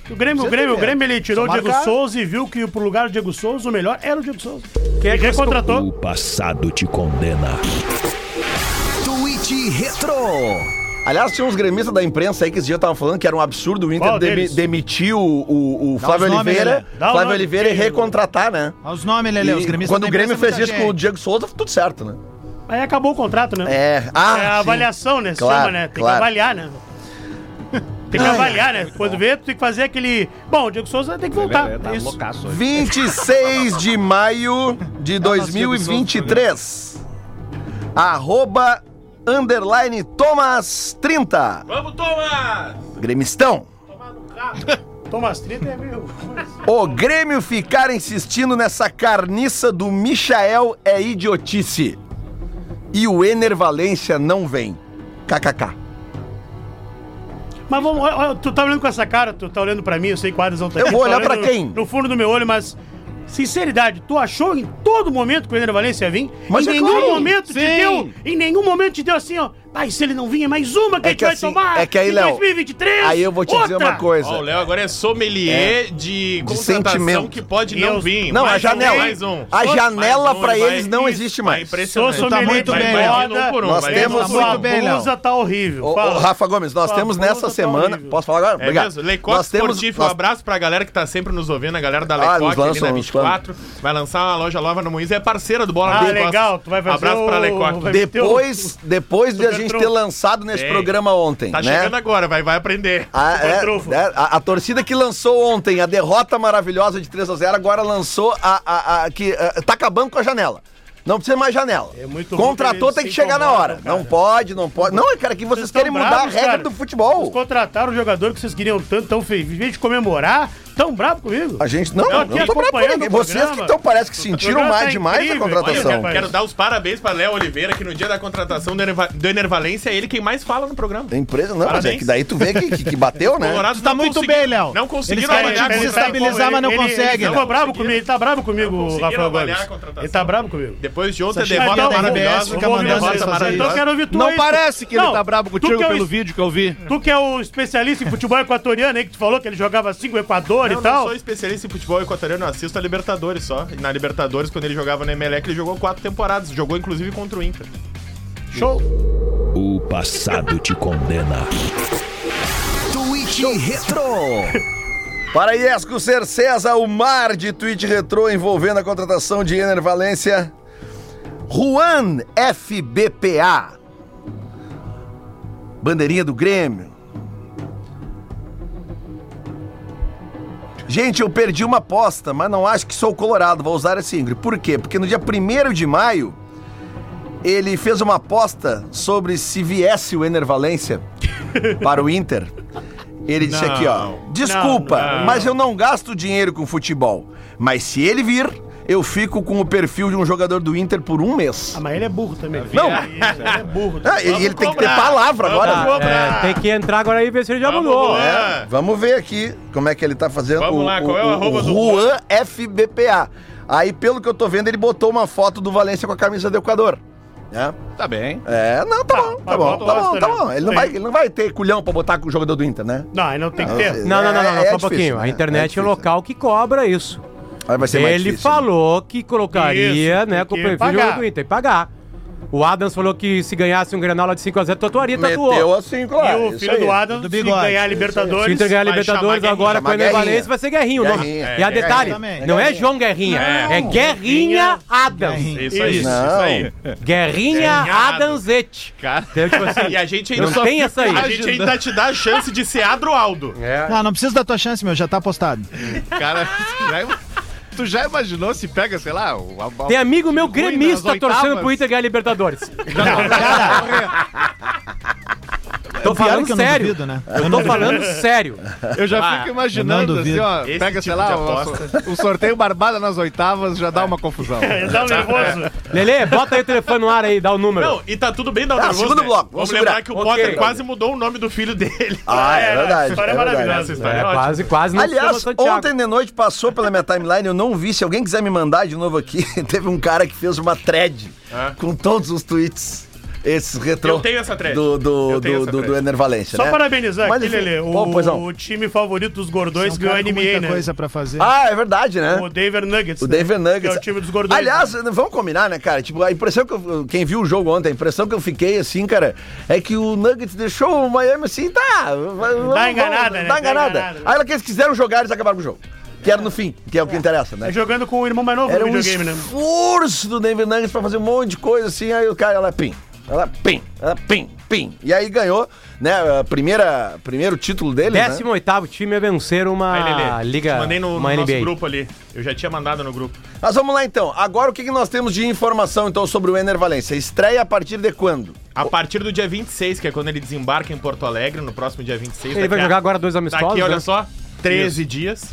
S6: O Grêmio, o Grêmio, o Grêmio, ele tirou
S5: Só
S6: o Diego
S5: marcar.
S6: Souza e viu que pro lugar do Diego Souza, o melhor era o Diego Souza. Quem
S4: é que
S6: contratou?
S1: O passado te condena.
S2: Twitch Retro. Aliás, tinha uns gremistas da imprensa aí que esse dia estavam falando que era um absurdo o Inter
S6: Qual
S2: demi-
S6: deles?
S2: demitir o, o- o
S5: Dá
S2: Flávio
S5: os nomes,
S2: Oliveira,
S5: Lelê.
S6: Dá o
S2: Flávio
S6: nome,
S2: Oliveira e
S6: quem?
S2: recontratar, né?
S5: Olha os nomes, Lelê. Os
S2: E
S5: gremistas
S2: quando
S5: da
S2: o Grêmio
S5: imprensa é
S2: fez
S5: muita
S2: isso com o
S5: gente.
S2: Diego Souza, tudo certo, né?
S6: Aí acabou o contrato, né?
S2: É.
S6: É
S2: Ah,
S6: a
S2: sim.
S6: avaliação, né?
S2: Claro,
S6: Chama, né? Tem
S2: claro.
S6: que avaliar, né? Tem que avaliar, né? Quando vê, tu tem que fazer aquele. Bom, o Diego Souza tem que
S2: é,
S6: voltar.
S2: tá
S6: Isso.
S2: 26 de maio de 2023. Arroba underline Thomas 30.
S3: Vamos, Thomas!
S2: Gremistão.
S6: Thomas 30 é meio.
S2: O Grêmio ficar insistindo nessa carniça do Michael é idiotice. E o Ener Valência não vem. KKK.
S6: Mas vamos. olha, olha, Tu tá olhando com essa cara, tu tá olhando pra mim, eu sei que o Adams não tá
S2: Eu vou
S6: tu tá
S2: olhar
S6: olhando
S2: pra
S6: no-
S2: quem?
S6: No fundo do meu olho, mas. Sinceridade, tu achou em todo momento que o Ener Valencia ia vir?
S2: Mas
S6: em
S2: é
S6: nenhum
S2: claro.
S6: momento te deu. Em nenhum momento te deu assim, ó. Pai, se ele não vinha, mais uma que
S2: É
S6: a gente
S2: que
S6: vai
S2: assim,
S6: tomar.
S2: é que aí,
S6: em
S2: Léo,
S6: 2023.
S2: Aí eu vou te dizer
S6: outra.
S2: uma coisa.
S3: Ó, o Léo agora é sommelier de contratação
S2: sentimento.
S3: que pode
S6: E
S3: não
S6: eu-
S3: vir.
S2: Não, a
S3: Mais um,
S2: janela-
S3: mais um.
S2: a janela
S3: Mais um,
S2: pra
S3: ele vai-
S2: eles não
S3: Isso,
S2: existe
S3: tá
S2: mais.
S6: Sou
S3: Impressionante. Tá
S5: Sou
S6: sommelier
S5: muito
S6: de
S5: bem,
S6: moda.
S3: Léo.
S2: Nós
S6: vai.
S2: temos
S6: Tá
S3: um
S6: muito
S2: sua
S6: bem, Léo. blusa tá horrível.
S2: Ô,
S6: fala.
S2: ô, Rafa Gomes, nós
S6: Sua
S2: temos
S6: blusa
S2: nessa
S6: tá
S2: semana.
S6: horrível.
S2: Posso falar agora?
S3: É mesmo? Lecoque
S2: Nós temos.
S3: Esportivo, um
S2: nós-
S3: abraço pra galera que tá sempre nos ouvindo, a galera da
S2: Ah, nos
S3: Lecoque ali
S2: lançam,
S3: na
S2: nos
S3: 24. Vai lançar uma loja nova no Moinhos, é parceira do Bola
S6: Ah,
S3: nas Costas.
S6: legal, tu vai fazer
S3: Abraço
S6: o-
S3: pra Lecoque.
S6: vai-
S2: Depois, depois de a gente ter
S6: Supertrunfo.
S2: lançado
S6: É.
S2: nesse
S3: Tem.
S2: programa ontem,
S3: Tá
S2: né?
S3: chegando agora, vai, vai aprender.
S2: A, é,
S6: Supertrunfo.
S2: é, a- a torcida que lançou ontem a derrota maravilhosa de 3 a 0 agora lançou a, a- a- que eh, tá acabando com a janela. Não precisa mais janela.
S6: É muito ruim que
S2: Contratou
S6: eles
S2: tem que
S6: se
S2: chegar na
S6: incomodam,
S2: hora.
S6: cara.
S2: Não pode, não pode. Não, é cara, que vocês, querem
S6: tão
S2: mudar
S6: bravos,
S2: a regra
S6: cara.
S2: do futebol.
S6: Vocês contrataram o jogador que vocês queriam tanto, tão feliz. Em vez de comemorar, tão bravo comigo.
S2: A gente não,
S6: Eu
S2: não,
S6: aqui
S2: tô bravo com
S6: acompanhando
S2: ninguém.
S6: o
S2: Vocês que
S6: programa.
S2: estão parece que sentiram
S6: programa
S2: mais
S6: tá
S2: demais
S6: incrível.
S2: a
S6: Olha,
S3: Olha, eu
S2: contratação.
S3: quero, quero dar os parabéns pra Léo Oliveira, que no dia da contratação do Ener, Va- do Ener Valência é ele quem mais fala no programa.
S2: A empresa não, mas é
S3: Parabéns.
S2: que daí tu vê que, que- que bateu, né?
S3: Colorado
S5: tá
S3: não
S5: muito
S3: conseguiu-
S5: bem, Léo.
S3: Não conseguiram tá
S5: Eles querem
S3: avaliar
S5: te
S3: a contratação.
S5: desestabilizar, mas não
S6: ele,
S5: consegue,
S6: Ele, ele
S5: né?
S6: ficou bravo comigo, ele tá bravo comigo,
S3: conseguiram
S6: Rafael
S3: avaliar
S6: Gomes.
S3: a contratação.
S6: Ele tá bravo comigo.
S3: Depois de ontem, a
S5: Essa
S3: derrota
S5: chiada da RBS
S3: maravilhosa. uma
S5: fica mandando
S3: derrota
S5: vocês fazerem
S3: maravilhosa.
S6: Então quero ouvir tu
S7: Não
S6: aí.
S7: parece que ele
S6: Não,
S7: tá brabo
S6: tu
S7: contigo
S6: que é o
S7: pelo
S6: es-
S7: vídeo que eu vi.
S6: Tu que é o especialista em futebol equatoriano aí, que tu falou que ele jogava assim com o Equador
S3: Eu
S6: e
S3: não
S6: tal.
S3: sou especialista em futebol equatoriano, eu assisto a Libertadores só. E na Libertadores, quando ele jogava no Emelec, ele jogou quatro temporadas. Jogou inclusive contra o Inter.
S6: Show.
S1: O passado te condena.
S2: Twitch Retro. Para Iesco Cercesa, o mar de tweet retrô envolvendo a contratação de Ener Valência. Juan FBPA. Bandeirinha do Grêmio. Gente, eu perdi uma aposta, mas não acho que sou colorado. Vou usar esse íngreme. Por quê? Porque no dia 1 de maio, ele fez uma aposta sobre se viesse o Ener Valência para o Inter. Ele disse
S3: Não.
S2: aqui, ó. Desculpa,
S3: Não, não.
S2: mas eu não gasto dinheiro com futebol. Mas se ele vir, eu fico com o perfil de um jogador do Inter por um mês.
S6: Ah, mas ele é burro também. velho.
S2: Não.
S6: Ele é burro.
S2: Ah, e ele, tem que ter
S3: cobrar.
S2: palavra
S3: Vamos
S2: agora.
S3: cobrar.
S4: É, tem que entrar agora aí e ver se ele já
S3: Vamos,
S4: mudou.
S3: Luan.
S2: É, vamos ver aqui como é que ele tá fazendo.
S3: Vamos lá, qual é o arroba do
S2: Juan FBPA. Aí, pelo que eu tô vendo, ele botou uma foto do Valência com a camisa do Equador. né?
S7: Tá bem.
S2: É, não, tá, bom, tá
S6: mas
S2: bom,
S6: bota o
S2: tá bom,
S6: Aston,
S2: tá
S6: né?
S2: bom. Ele não,
S6: Sim.
S2: vai, ele não vai ter culhão pra botar com o jogador do Inter, né?
S6: Não, aí não tem que ter.
S4: Não, não, não, não,
S2: É- é
S4: não, só um
S2: difícil,
S4: pouquinho.
S2: né?
S4: A
S2: É
S4: internet é,
S2: difícil,
S4: o local que cobra isso.
S2: Aí vai ser mais
S4: Ele
S2: difícil, né?
S4: falou que colocaria,
S6: Isso,
S4: né,
S6: tem
S4: com o
S6: que
S4: perfil
S6: pagar.
S4: do jogador do Inter e pagar. O Adams falou que se ganhasse um Granola de 5x0, tatuaria, tatuou.
S2: Meteu a 5 lá.
S6: E o
S2: isso
S6: filho
S2: aí.
S6: do Adam,
S5: do
S6: se
S5: bigode.
S6: ganhar a
S4: Se o
S6: Libertadores.
S4: Inter ganhar a
S3: vai
S4: Libertadores
S3: chamar
S4: agora
S2: Guerrinha.
S4: com
S2: Chamar
S4: o Enevalense,
S2: Guerrinha.
S4: vai ser Guerrinho. o nome.
S2: Guerrinha,
S4: e a
S2: é,
S4: detalhe,
S5: exatamente.
S4: não é João Guerrinha, é Guerrinha Adams.
S5: Guerrinha.
S3: Isso aí,
S2: Não.
S3: isso aí.
S4: Guerrinha
S3: Guerrinha Adams.
S4: Adamsete.
S7: Cara.
S4: Então, tipo assim,
S3: E a gente
S4: Eu
S3: ainda,
S4: só tenho essa aí.
S3: A gente ainda te dá a chance de ser Adroaldo.
S5: Não, não precisa da tua chance, meu, já tá postado.
S7: Cara, tu já, tu já imaginou se pega, sei lá, o, a, a-
S4: tem amigo meu
S7: Ruim nas
S4: gremista
S7: oitavas.
S4: torcendo pro Inter ganhar a Libertadores. Tô
S5: Claro
S4: falando
S5: que eu não
S4: sério.
S5: duvido, né?
S4: Eu tô falando sério.
S7: Eu já
S3: Ah,
S7: fico
S5: eu
S7: imaginando,
S5: não
S7: assim,
S5: duvido.
S7: ó,
S3: Esse
S7: pega, sei
S3: tipo
S7: lá,
S3: de
S7: o,
S3: aposta.
S7: o sorteio barbada nas oitavas, já
S5: É.
S7: dá uma confusão.
S6: Dá um nervoso.
S4: Lele, bota aí o telefone no ar aí, dá o número.
S3: Não, e tá tudo bem da
S2: Tá, segundo bloco,
S3: Vamos
S2: vamos
S3: lembrar
S2: segurar.
S3: que o
S4: Ok.
S3: Potter quase mudou o nome do filho dele.
S2: Ah, é verdade,
S6: A história
S2: é verdade.
S6: é
S3: É,
S6: maravilhosa. Essa
S4: é,
S6: história.
S4: quase, quase não
S2: Aliás,
S4: chama Santiago.
S2: ontem de noite passou pela minha timeline, eu não vi. Se alguém quiser me mandar de novo aqui, teve um cara que fez uma thread com todos os tweets. Esses retrô.
S3: Eu tenho essa thread.
S2: Do, do,
S3: Eu tenho
S2: do,
S3: essa
S2: do,
S3: thread.
S2: do Ener Valência.
S6: Só
S2: né?
S6: parabenizar
S2: Mas,
S6: aqui,
S2: enfim,
S6: Lelê.
S2: bom, pois não.
S6: O, o time favorito dos gordões
S5: São
S6: ganhou a
S5: é um cara com
S6: NBA,
S5: muita
S6: né?
S5: coisa pra fazer.
S2: Ah, é verdade, né?
S6: O Denver Nuggets.
S2: O
S6: né?
S2: Denver Nuggets.
S6: Que é o time dos gordões.
S2: Aliás, vamos combinar, né, cara? Tipo, a impressão que eu, quem viu o jogo ontem, a impressão que eu fiquei assim, cara, é que o Nuggets deixou o Miami assim, tá. Dá
S6: enganada, né?
S2: Dá enganada.
S6: Dá enganada.
S2: Aí lá que eles quiseram jogar, eles acabaram com o jogo. Que era no fim, que é o que interessa, né?
S6: É jogando com o irmão mais novo
S2: Era
S6: do
S2: um
S6: videogame, né?
S2: esforço do Denver Nuggets pra fazer um monte de coisa assim, aí o cara, ela pim, ela pim, ela pim, pim. E aí ganhou, né, a primeira, primeiro título dele, né?
S4: 18 time a vencer uma
S3: Aí, Lelê,
S4: liga,
S3: te mandei no, no
S4: uma
S3: nosso
S4: NBA.
S3: grupo ali. Eu já tinha mandado no grupo.
S2: Mas vamos lá então, agora o que, que nós temos de informação então sobre o Ener Valência? Estreia a partir de quando?
S3: A partir do dia 26, que é quando ele desembarca em Porto Alegre, no próximo dia 26.
S4: Ele
S3: daqui
S4: vai
S3: a-
S4: jogar agora dois amistosos,
S3: Daqui, olha
S4: né? Uhum.
S3: só, 13 dias.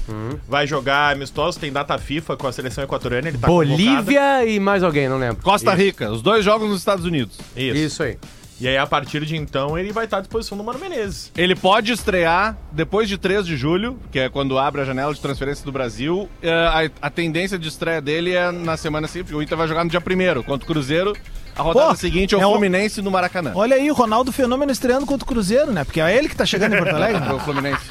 S3: Vai jogar amistosos, tem data FIFA com a seleção equatoriana. Ele tá convocado.
S4: Bolívia e mais alguém, não lembro.
S7: Costa Rica, os dois jogos nos Estados Unidos.
S3: Isso.
S4: Isso aí.
S3: E aí, a partir de então, ele vai estar à disposição do Mano Menezes.
S7: Ele pode estrear depois de 3 de julho, que é quando abre a janela de transferência do Brasil. É, a- a, tendência de estreia dele é na semana seguinte, porque o Inter vai jogar no dia 1 contra o Cruzeiro. A rodada
S5: Pô,
S7: seguinte é o
S5: é um-
S7: Fluminense no Maracanã.
S5: Olha aí, o Ronaldo Fenômeno estreando contra o Cruzeiro, né? Porque é ele que tá chegando em Porto Alegre.
S7: É o Fluminense.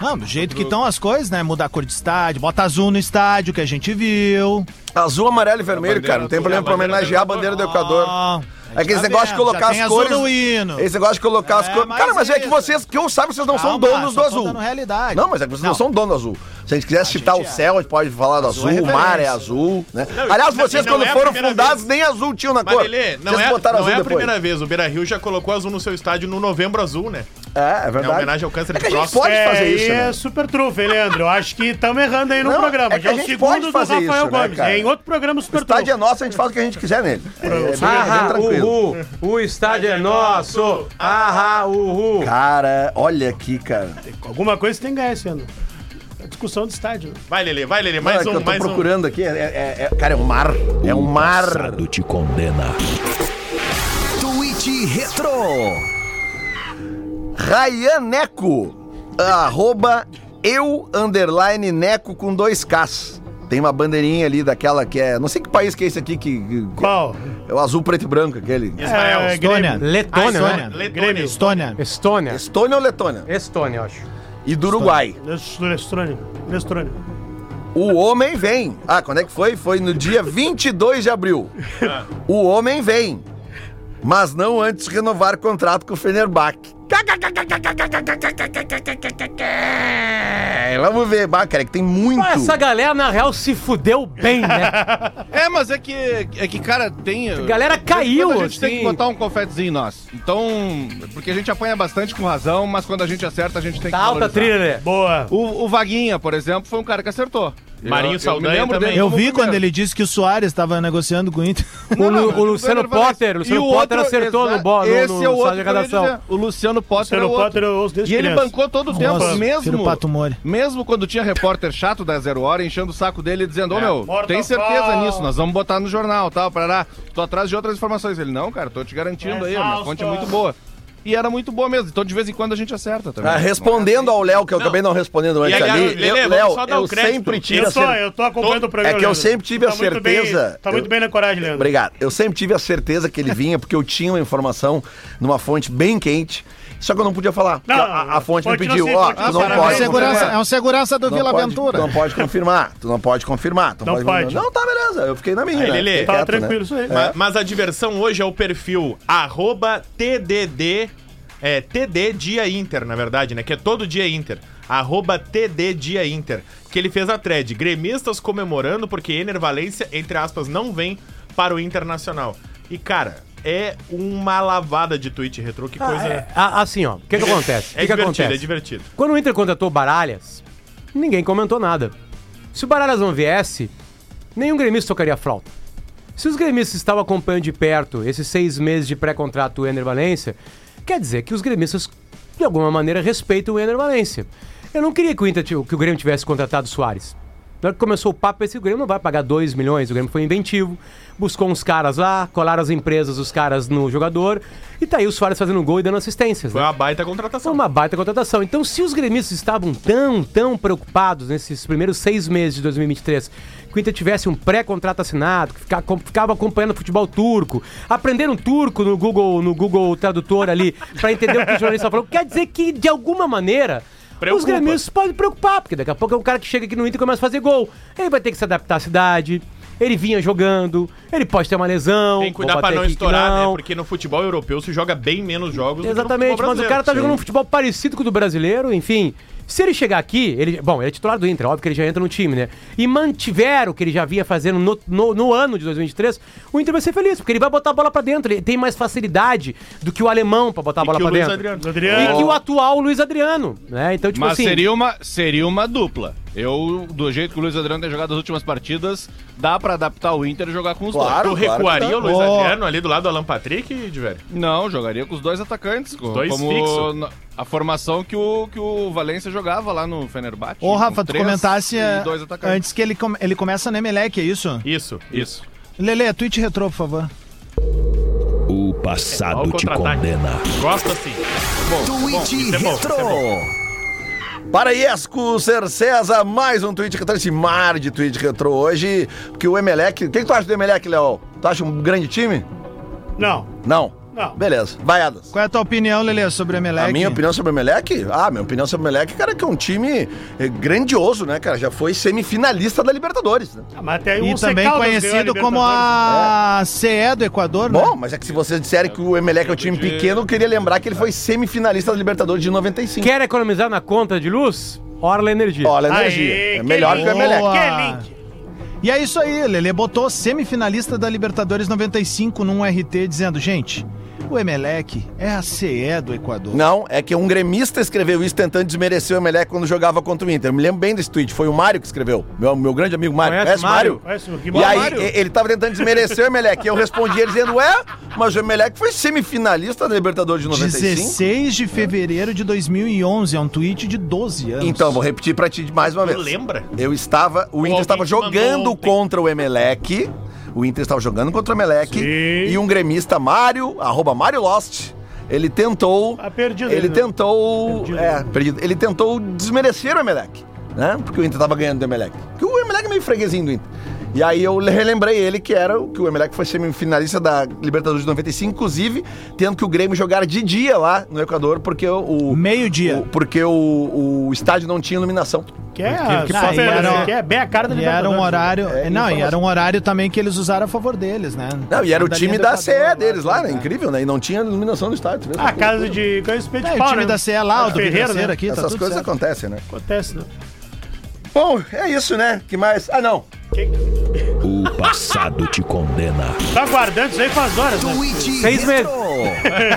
S5: Não, Ah, do jeito que estão as coisas, né? Mudar a cor de estádio, bota azul no estádio, que a gente viu.
S2: Azul, amarelo e vermelho,
S7: bandeira
S2: cara. Não tem
S7: do-
S2: problema
S7: a
S2: pra
S7: bandeira
S2: homenagear a
S7: do
S2: bandeira do Equador.
S5: Ah,
S2: É que esse
S5: tá
S2: negócio de
S5: vendo,
S2: colocar
S5: já tem
S2: as
S5: azul
S2: cores.
S5: no hino.
S2: Esse negócio de colocar as
S5: É,
S2: cores.
S5: mas
S2: Cara, mas é que
S5: isso.
S2: vocês, que eu saiba, vocês não são
S5: Calma,
S2: donos do
S5: só
S2: azul.
S5: contando realidade.
S2: Não, mas é que vocês não,
S5: Não.
S2: são donos do azul. Se a gente quiser citar o
S5: gente é.
S2: céu, a gente pode falar do azul,
S5: é
S2: o mar é
S5: referência.
S2: azul, né? Aliás,
S3: e não-
S2: vocês,
S3: e não
S2: quando
S3: é a
S2: foram
S3: primeira
S2: fundados,
S3: vez.
S2: nem azul tinham na
S3: Mas,
S2: cor.
S3: Lelê, não,
S2: vocês
S3: é,
S2: botaram
S3: não
S2: azul
S3: é a
S2: depois.
S3: primeira vez. O Beira Rio já colocou azul no seu estádio no Novembro Azul, né?
S2: É, é verdade.
S3: É homenagem ao câncer
S2: É que a
S3: de
S2: gente
S3: próstata.
S2: pode fazer
S6: aí
S2: isso, né?
S6: é super trufa, hein, Leandro? Eu acho que estamos errando aí no
S2: Não,
S6: programa.
S2: é que
S6: Já
S2: a
S6: é o
S2: gente pode
S6: segundo do
S2: fazer
S6: Rafael
S2: isso, né,
S6: Gomes.
S2: cara?
S6: é em outro programa
S2: O
S6: super
S2: estádio é
S6: trufa.
S2: nosso, a gente faz o que a gente quiser nele. É, bem-
S3: Ah,
S2: bem
S4: Ahá,
S2: tranquilo.
S4: uhu, o estádio é nosso. Ahá, uhu.
S2: Cara, olha aqui, cara.
S6: Alguma coisa tem que ganhar esse ano. A discussão do estádio.
S3: Vai, Lelê, vai, Lelê.
S2: Não, é
S3: Mais
S2: que
S3: um,
S2: eu tô
S3: mais um.
S2: procurando aqui. é- é- é- cara, é um mar. É um
S1: O
S2: mar.
S1: passado te condena.
S2: Twitch Retro. Rayaneco. Arroba eu underline neco com dois Ks. Tem uma bandeirinha ali daquela que é. Não sei que país que é esse aqui que. que-
S6: Qual?
S2: É o azul, preto e branco, aquele.
S3: Israel.
S6: É,
S5: Estônia.
S6: Grêmio.
S4: Letônia,
S5: Ah,
S4: né?
S5: Estônia.
S3: Letônia.
S5: Estônia.
S4: Estônia.
S2: Estônia ou Letônia?
S4: Estônia, eu acho.
S2: E do Uruguai.
S6: Lestônia. Lestônia.
S2: O homem vem. Ah, quando é que foi? Foi no dia 22 de abril. O homem vem. Mas não antes de renovar contrato com o Fenerbahçe. Vamos ver, bah, cara, é que tem muito.
S4: Essa galera, na real, se fudeu bem, né?
S7: É, mas é que, é que cara, tem. A
S4: galera caiu,
S7: A gente tem
S4: assim.
S7: que botar um confetezinho em nós. Então, porque a gente apanha bastante com razão, mas quando a gente acerta, a gente tem que.
S4: Tá alta
S7: valorizar.
S4: trilha, Lelê.
S6: Boa.
S7: O, o Vaguinha, por exemplo, foi um cara que acertou.
S3: Marinho Saldanha também.
S5: Eu
S7: como
S5: vi
S7: primeiro.
S5: quando ele disse que o Soares estava negociando com o Inter.
S4: O, Lu-
S7: mas
S4: o Luciano
S7: Leandro Valente.
S4: Potter, o
S7: E
S4: Luciano Potter
S7: outro,
S4: acertou
S7: exa-
S4: no, bo, no,
S7: Esse
S4: no
S7: é o outro
S4: sala de
S7: que eu ia
S4: redação.
S7: dizer. O Luciano Potter
S6: Luciano
S7: é o outro.
S6: Potter, eu ouço desde
S7: E ele
S6: criança.
S7: bancou todo o tempo,
S5: Nossa, filho
S7: mesmo.
S5: Pato Mori.
S7: Mesmo quando tinha repórter chato da Zero Hora enchendo o saco dele dizendo, ô
S4: É,
S7: meu,
S6: Morta
S7: tem certeza
S6: pau.
S7: nisso, nós vamos botar no jornal, tal, parará. Tô atrás de outras informações. Ele, não, cara, tô te garantindo aí, a minha
S6: Exausto.
S7: fonte é muito boa. e era muito boa mesmo. Então, de vez em quando, a gente acerta também.
S2: Ah, respondendo ao Léo, que eu acabei não respondendo antes
S3: E aí,
S2: ali.
S3: Lelê,
S2: eu-
S3: vamos
S2: Léo,
S3: só dar
S2: eu
S3: o crédito.
S2: sempre tive a
S6: Eu, sou,
S2: certeza.
S6: eu tô acompanhando o programa.
S2: É que eu
S6: Leandro.
S2: sempre tive a
S6: Tá muito bem-
S2: certeza.
S6: tá muito
S2: eu-
S6: bem na coragem, Leandro.
S2: Obrigado. Eu sempre tive a certeza que ele vinha, porque eu tinha uma informação numa fonte bem quente. Só que eu não podia falar.
S6: Não,
S2: porque a, a fonte me
S6: fonte não
S2: pediu,
S6: sei,
S2: ó,
S6: fonte
S2: tu não
S6: não sei.
S5: É um
S2: pode.
S5: segurança,
S2: confirmar.
S5: é um segurança do
S2: Não
S5: Vila
S2: pode-
S5: Aventura.
S2: Não pode confirmar. Tu não pode confirmar. Tu
S6: Não pode.
S2: Não, tá, beleza. Eu fiquei na minha.
S3: Aí,
S2: né?
S3: Lelê,
S2: Fiquei
S3: tá
S2: quieto,
S6: tranquilo
S2: né?
S6: isso aí.
S2: É.
S3: Ma- Mas a diversão hoje é o perfil arroba TDD. É, TD Dia Inter, na verdade, né? Que é todo dia Inter. Arroba TD Dia Inter. Que ele fez a thread. Gremistas comemorando porque Ener Valência, entre aspas, não vem para o Internacional. E, cara, é uma lavada de tweet retrô. Que coisa.
S4: É, a- assim, ó. O que, que acontece? O
S3: É
S4: que que
S3: divertido,
S4: acontece?
S3: é divertido.
S4: Quando o Inter contratou o Baralhas, ninguém comentou nada. Se o Baralhas não viesse, nenhum gremista tocaria flauta. Se os gremistas estavam acompanhando de perto esses seis meses de pré-contrato do Ener Valência, quer dizer que os gremistas, de alguma maneira, respeitam o Ener Valência. Eu não queria que o, Inter, ti- que o Grêmio tivesse contratado o Soares. Na hora que começou o papo, esse Grêmio não vai pagar 2 milhões. O Grêmio foi inventivo, buscou uns caras lá, colaram as empresas, os caras no jogador, e tá aí o Soares fazendo gol e dando assistências. né?
S3: Foi uma baita
S4: Foi
S3: contratação.
S4: uma baita contratação. Então, se os gremistas estavam tão, tão preocupados nesses primeiros seis meses de 2023, que o Inter tivesse um pré-contrato assinado, que fica- com- ficava acompanhando futebol turco, aprenderam turco no Google, no Google Tradutor ali, pra entender o que o jornalista falou, quer dizer que, de alguma maneira, os
S3: Preocupa.
S4: gremistas podem preocupar, porque daqui a pouco é um cara que chega aqui no Inter e começa a fazer gol. Ele vai ter que se adaptar à cidade. Ele vinha jogando, ele pode ter uma lesão.
S3: Tem que cuidar
S4: vou
S3: pra
S4: bater
S3: não
S4: aqui que
S3: estourar, né?
S4: não.
S3: Porque no futebol europeu se joga bem menos jogos. do que no
S4: Exatamente,
S3: futebol
S4: mas o cara tá
S3: brasileiro.
S4: jogando um futebol parecido com o do brasileiro, enfim. Se ele chegar aqui, ele, bom, ele é titular do Inter, óbvio que ele já entra no time, né? E mantiver o que ele já vinha fazendo no, no, no ano de 2023, o Inter vai ser feliz, porque ele vai botar a bola pra dentro, ele tem mais facilidade do que o alemão pra botar a
S3: E
S4: bola
S3: que o
S4: pra
S3: Luiz
S4: dentro.
S3: Adriano.
S6: Adriano.
S4: E que o atual Luiz Adriano, né? Então, tipo
S7: Mas
S4: assim,
S7: seria, uma, seria uma dupla. Eu, do jeito que o Luiz Adriano tem jogado as últimas partidas, dá pra adaptar o Inter e jogar com os
S2: Claro.
S3: Tu recuaria
S2: que tá.
S3: o Luiz
S7: Ó.
S3: Adriano ali do lado do Alan Patrick, Diver?
S7: dois. Não, jogaria com os dois atacantes. co-
S3: dois
S7: como
S3: fixo.
S7: na- a formação que o, que o Valência jogava lá no Fenerbahçe.
S5: Ô, Rafa,
S7: com
S5: tu
S7: três
S5: comentasse
S7: e
S5: eh,
S7: dois atacantes.
S5: antes que ele, come- ele começa no Emelec, é isso?
S3: Isso, isso.
S5: Lele, tweet retrô, por favor.
S1: O
S3: Olha
S1: passado
S3: o
S1: te
S3: contra-ataque.
S1: condena.
S3: Gosta sim.
S2: Tweet
S3: é bom,
S2: Retro. Para Iesco Ser César, mais um tweet retrô, esse mar de tweet retrô hoje, porque o Emelec, quem tu acha do Emelec, Léo? Tu acha um grande time?
S6: Não.
S2: Não.
S6: Não.
S2: Beleza, vai Adas.
S5: Qual é a tua opinião, Lele, sobre o Emelec?
S2: A minha opinião sobre o Emelec? Ah, minha opinião sobre o Emelec, cara, que é um time eh, grandioso, né, cara? Já foi semifinalista da Libertadores, né?
S6: Ah, Mas até aí
S5: E
S6: o C.
S5: também
S6: Caldas
S5: conhecido
S6: ganhou a né?
S5: como a CE do Equador, né?
S2: Bom, mas é que se vocês disserem que o Emelec é um time pequeno, eu queria lembrar que ele foi semifinalista da Libertadores de
S3: um-
S2: 95.
S4: quer economizar na conta de luz? Orla Energia.
S2: Olha, a
S6: Aê,
S2: energia. é
S6: que
S2: melhor que o
S6: lindo.
S2: Emelec.
S6: Libertadores. Que link.
S5: E é isso aí, Lele botou semifinalista da Libertadores 95 num RT dizendo, gente, o Emelec é a CE do Equador.
S2: Não, é que um gremista escreveu isso tentando desmerecer o Emelec quando jogava contra o Inter. Eu me lembro bem desse tweet, foi o Mário que escreveu. Meu, meu grande amigo Mário.
S4: Conhece
S2: Conhece o Mário?
S4: Mário?
S6: Parece o
S2: E
S6: Guimarães.
S2: aí, e- ele tava tentando desmerecer o Emelec. E eu respondi ele dizendo: Ué, mas o Emelec foi semifinalista da Libertadores de 95.
S5: 16 de fevereiro de 2011, é um tweet de 12 anos.
S2: Então, vou repetir pra ti mais uma
S3: Tu
S2: vez.
S3: lembra?
S2: Eu estava. O Inter
S3: alguém
S2: estava
S3: te mandou
S2: jogando
S3: ontem.
S2: contra o Emelec. O Inter estava jogando contra o Emelec.
S6: Sim.
S2: E um gremista, Mário, arroba Mário Lost. Ele tentou.
S6: Ah, perdido
S2: Ele
S6: ele, né?
S2: tentou.
S6: Perdido.
S2: É, perdido. Ele tentou desmerecer o Emelec. Né? Porque o Inter estava ganhando do Emelec. Porque o Emelec é meio freguesinho do Inter. E aí eu relembrei ele que era o que o Emelec foi semifinalista da Libertadores de 95, inclusive tendo que o Grêmio jogar de dia lá no Equador, porque o.
S5: Meio-dia.
S2: o- porque o, o estádio não tinha iluminação.
S6: Que é a
S5: que pode-
S6: super- que é bem a cara da
S5: E era
S6: Libertadores.
S5: um horário.
S2: É,
S5: não, e
S2: informação.
S5: era um horário também que eles usaram a favor deles, né?
S2: Não, e era o
S5: linha
S2: time
S5: do
S2: da
S5: Equador,
S2: CE deles lá, né?
S5: cara.
S2: Incrível, né? E não tinha iluminação no estádio. né?
S5: Ah,
S2: tu vê?
S6: A casa de ganho de
S5: É,
S6: pau,
S5: o time
S6: né?
S5: da CE lá, o do
S6: Ferreira,
S5: Ferreira
S6: né?
S5: aqui, tá
S2: Essas
S5: tudo
S2: coisas
S5: certo.
S2: acontecem, né?
S6: Acontece, né?
S2: Bom, é isso, né? Que mais? Ah, não.
S1: O passado te condena.
S6: Tá guardando isso aí faz horas, né?
S4: Seis meses.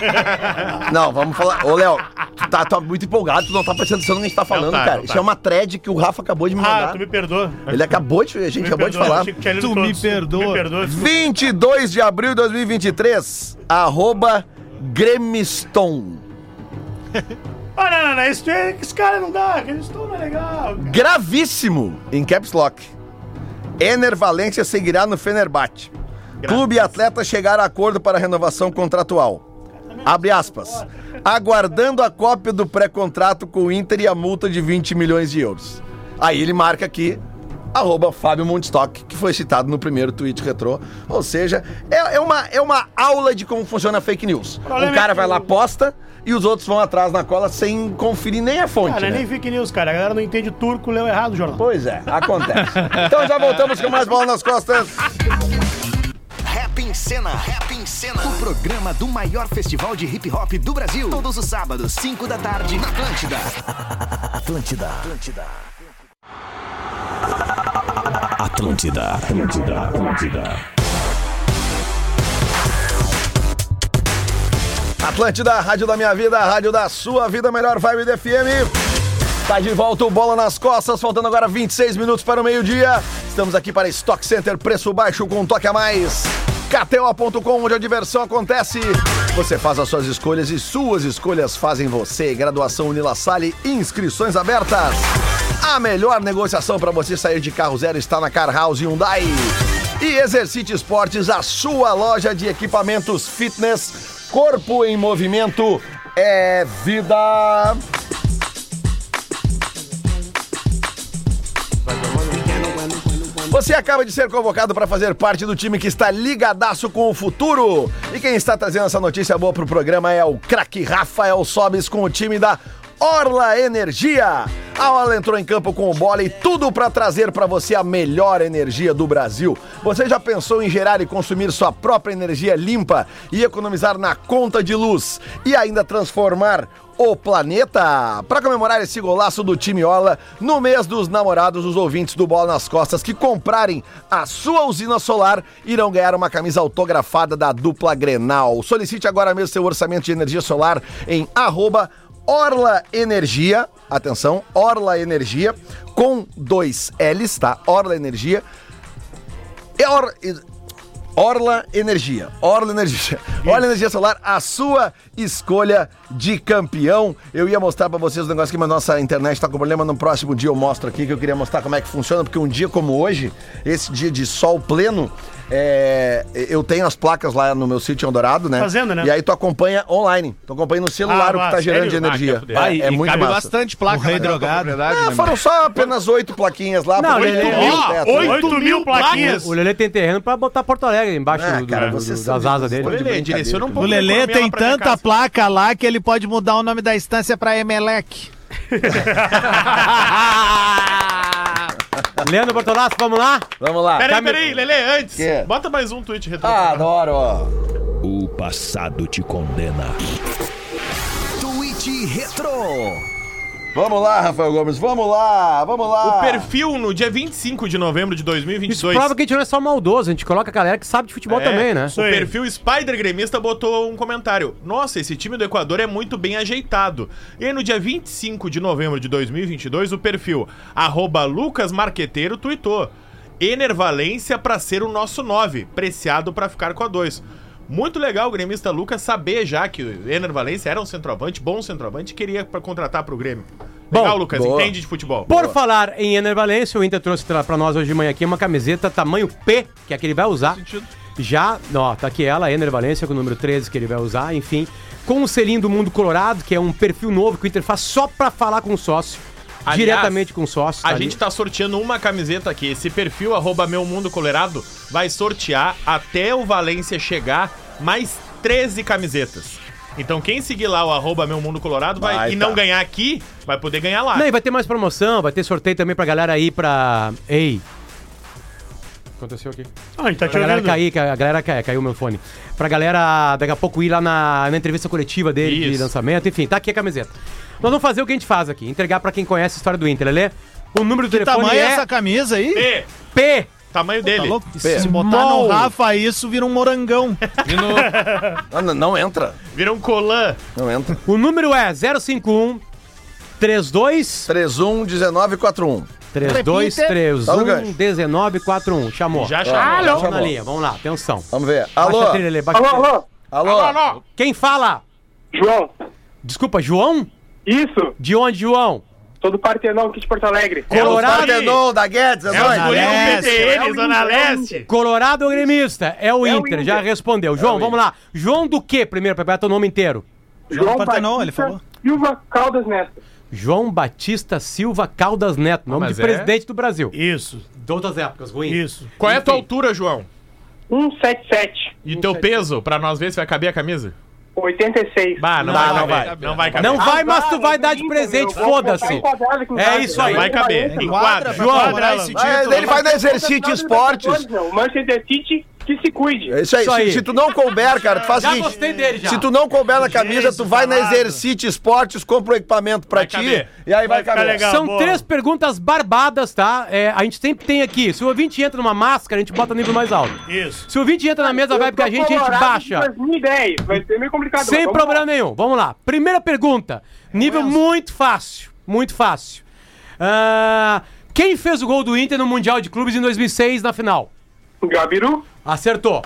S2: não, vamos falar. Ô, Léo, tu tá, tá muito empolgado, tu não tá prestando atenção no que a gente tá falando,
S3: tá,
S2: cara.
S3: não
S2: Isso
S3: tá.
S2: é uma thread que o Rafa acabou de me
S6: Ah,
S2: mandar.
S6: tu me perdoa.
S2: Ele acabou de. A gente
S6: Me
S2: acabou de
S6: perdoa,
S2: falar.
S6: achei que tinha lido
S5: Tu me
S6: todos.
S5: perdoa.
S6: Me perdoa.
S2: 22 de abril de 2023, arroba Gremiston.
S6: Ah, não, não, não. Esse,
S3: é-
S6: esse cara não dá. que Eles estão não é legal. cara.
S2: Gravíssimo em caps lock. Ener Valência seguirá no Fenerbahçe. Clube e atleta chegaram a acordo para renovação contratual. Abre aspas. Aguardando a cópia do pré-contrato com o Inter e a multa de 20 milhões de euros. Aí ele marca aqui, arroba Fábio Mundstock, que foi citado no primeiro tweet retrô. Ou seja, é, é uma, é uma aula de como funciona a fake news.
S6: problema
S2: Um
S6: é
S2: cara
S6: que
S2: vai lá,
S6: o-
S2: posta, e os outros vão atrás na cola sem conferir nem a fonte.
S6: Cara, é
S2: né?
S6: nem fake news, cara. A galera não entende turco, leu errado o jornal.
S2: Pois é, acontece. então já voltamos com mais bola nas costas.
S8: Rap em Cena. Rap em Cena. O programa do maior festival de hip hop do Brasil. Todos os sábados, 5 da tarde, na Atlântida.
S7: É,
S8: Atlântida. Atlântida.
S1: Atlântida, Atlântida, Atlântida.
S2: Atlântida, rádio da minha vida, rádio da sua vida, melhor vibe do FM. Tá de volta o Bola nas Costas, faltando agora 26 minutos para o meio-dia. Estamos aqui para Stock Center, preço baixo com um toque a mais. KTO.com, onde a diversão acontece. Você faz as suas escolhas e suas escolhas fazem você. Graduação Unila Sale, inscrições abertas. A melhor negociação para você sair de carro zero está na Car House Hyundai. E Exercite Esportes, a sua loja de equipamentos fitness. Corpo em movimento é vida. Você acaba de ser convocado para fazer parte do time que está ligadaço com o futuro. E quem está trazendo essa notícia boa para o programa é o craque Rafael Sobes com o time da Orla Energia. A Orla entrou em campo com o bola e tudo para trazer para você a melhor energia do Brasil. Você já pensou em gerar e consumir sua própria energia limpa e economizar na conta de luz e ainda transformar o planeta. Para comemorar esse golaço do time Orla, no mês dos namorados, os ouvintes do Bola nas Costas que comprarem a sua usina solar irão ganhar uma camisa autografada da dupla Grenal. Solicite agora mesmo seu orçamento de energia solar em arroba Orla Energia, atenção, Orla Energia, com dois L's, tá? Orla Energia. É Or- Orla Energia. Orla Energia. Orla Energia Solar, a sua escolha de campeão. Eu ia mostrar pra vocês o negócio que mas nossa internet tá com problema. No próximo dia eu mostro aqui que eu queria mostrar como é que funciona, porque um dia como hoje, esse dia de sol pleno, é, eu tenho as placas lá no meu sítio em Eldorado, né?
S6: Fazendo, né?
S2: E aí tu acompanha online. Tu acompanha no celular
S6: Ah,
S2: o que
S6: ah,
S2: tá gerando
S6: sério?
S2: de
S6: Ah,
S2: energia.
S3: que é-
S2: é, é muito
S7: Cabe
S2: massa.
S7: bastante placa.
S5: O rei
S7: na tua
S5: drogado.
S7: propriedade,
S2: Ah,
S7: né,
S2: foram só apenas oito né? plaquinhas lá.
S4: Não,
S2: porque-
S4: Lelê,
S2: Ó,
S3: né?
S6: Ó, 8 mil plaquinhas.
S4: O Lelê tem terreno pra botar Porto Alegre embaixo
S2: Ah,
S4: do- do-
S2: cara,
S4: do-
S2: vocês são
S4: das né? asas
S2: de-
S4: dele.
S2: Olha,
S3: Lelê,
S2: é
S3: direciona um
S5: O
S3: pouco da
S5: Lelê
S3: economia
S5: tem
S3: lá pra minha
S5: tanta
S3: casa.
S5: placa lá que ele pode mudar o nome da instância pra Emelec.
S4: Leandro Bortolassi, vamos lá?
S2: Vamos lá.
S3: Peraí, peraí, Lelê, antes.
S2: Quê?
S3: Bota mais um tweet retrô.
S2: Ah, adoro, ó.
S1: O passado te condena.
S8: Twitch Retro.
S2: Vamos lá, Rafael Gomes, vamos lá, vamos lá.
S3: O perfil no dia 25 de novembro de 2022.
S4: Isso prova que a gente não é só maldoso, a gente coloca a galera que sabe de futebol
S3: É,
S4: também, né?
S3: O perfil Spider Gremista botou um comentário. Nossa, esse time do Equador é muito bem ajeitado. E aí, no dia 25 de novembro de 2022, o perfil arroba Lucas Marqueteiro tuitou. Enervalência pra ser o nosso 9, preciado pra ficar com a 2. Muito legal o gremista Lucas saber já que o Enervalência era um centroavante, bom centroavante, e queria pra contratar pro Grêmio.
S4: Bom,
S3: legal, Lucas,
S2: boa.
S3: entende de futebol.
S4: Por falar em Ener Valencia, o Inter trouxe tra- pra nós hoje de manhã aqui uma camiseta tamanho P, que é a que ele vai usar. Já, ó, tá aqui ela, Ener Valencia, com o número 13 que ele vai usar, enfim. Com o selinho do Mundo Colorado, que é um perfil novo que o Inter faz só pra falar com o sócio.
S3: Aliás,
S4: diretamente com o sócio.
S3: A
S4: tá ali.
S3: gente tá sorteando uma camiseta aqui. Esse perfil, arroba Meu Mundo Colorado, vai sortear até o Valência chegar mais 13 camisetas. Então quem seguir lá o arroba Meu Mundo Colorado vai,
S2: Vai,
S3: e
S2: tá.
S3: não ganhar aqui, vai poder ganhar lá.
S4: Não, e vai ter mais promoção, vai ter sorteio também pra galera aí pra. Ei! Aconteceu aqui.
S6: Ah, a gente tá te
S4: Pra galera
S6: ouvindo.
S4: cair, ca- a galera cai, caiu meu fone. Pra galera daqui a pouco ir lá na, na entrevista coletiva dele de
S3: Isso.
S4: lançamento, enfim, tá aqui a camiseta. Nós vamos fazer o que a gente faz aqui, entregar pra quem conhece a história do Inter, Lelê. O número do telefone
S5: Tamanho
S4: é
S5: é essa camisa aí?
S3: E,
S4: P.
S3: tamanho
S5: Tá
S3: dele.
S5: louco? Se botar no
S4: Small.
S5: Rafa, isso vira um morangão.
S2: Ah, não, não entra,
S3: Vira um colã.
S2: não entra.
S4: O número é 051 32
S2: 311941.
S4: 32
S5: Repita.
S2: Tá no
S4: 31
S2: gancho.
S4: 1941. Chamou.
S3: Já
S2: Alô?
S3: chamou.
S4: Vamos na
S2: chamou.
S4: linha, vamos lá, atenção.
S2: Tá, Vamos ver.
S4: Baixa
S2: Alô?
S4: a trilha, Lelê, baixa a trilha.
S2: Alô?
S3: Alô?
S4: Quem fala?
S9: João,
S4: Desculpa, João?
S9: isso?
S4: De onde, João?
S9: Sou do Partenon aqui de Porto Alegre.
S5: É,
S3: um
S4: Colorado,
S2: Partenon da Guedes, é
S3: É os
S2: nóis.
S3: guri
S5: Leste,
S3: do
S6: é
S3: PTN,
S6: o
S3: Zona
S6: Inter, é o
S3: Leste.
S4: Colorado ou gremista? É o
S9: É o
S4: Inter,
S9: Inter.
S4: já respondeu. João, vamos lá. João do que primeiro, para pegar teu nome inteiro?
S9: João
S5: Partenon,
S9: Partenon,
S5: ele falou.
S9: Silva Caldas Neto.
S4: João Batista Silva Caldas Neto, nome
S3: mas
S4: de
S3: é?
S4: presidente do Brasil.
S6: Isso,
S4: De outras épocas, ruim.
S6: isso.
S3: Qual é a tua altura, João?
S9: 177,
S3: E teu peso, pra nós ver se vai caber a camisa?
S9: 86.
S3: Bah, não, vai, não vai. Não vai caber.
S4: Não vai, mas tu vai dar de
S9: Inter,
S4: presente,
S9: meu. Vou
S4: foda-se.
S9: botar enquadrado com
S4: É
S9: quadra,
S4: isso aí.
S9: né?
S3: Vai caber. Enquadra.
S5: Quadra,
S3: João,
S5: pra comemorar esse título.
S2: Mas ele vai no
S9: Campeonato
S2: Exercite Esportes.
S9: Libertadores, não. Manchester City, que se cuide.
S2: É isso aí.
S4: Isso
S2: Se-
S4: aí.
S2: Se, tu não couber, cara, tu faz o
S4: Já
S2: seguinte.
S4: gostei dele, já.
S2: Se tu não couber na camisa, tu vai na
S5: falado.
S2: Exercite Esportes, compra o equipamento pra
S3: Vai
S2: ti
S3: caber.
S2: e aí vai,
S6: Vai ficar
S2: caber.
S6: legal.
S4: São
S6: é, boa.
S4: três perguntas barbadas, tá? É, a gente sempre tem aqui. Se o ouvinte entra numa máscara, a gente bota nível mais alto.
S6: Isso.
S4: Se o ouvinte entra na mesa, vai porque a gente, a gente baixa.
S9: 2010, vai ser meio complicado. mas
S4: Sem
S9: vamos
S4: problema nenhum. Vamos lá. Primeira pergunta. Nível muito fácil. Muito fácil. Ah, quem fez o gol do Inter no Mundial de Clubes em 2006 na final?
S9: lá. Gabiru.
S4: Acertou.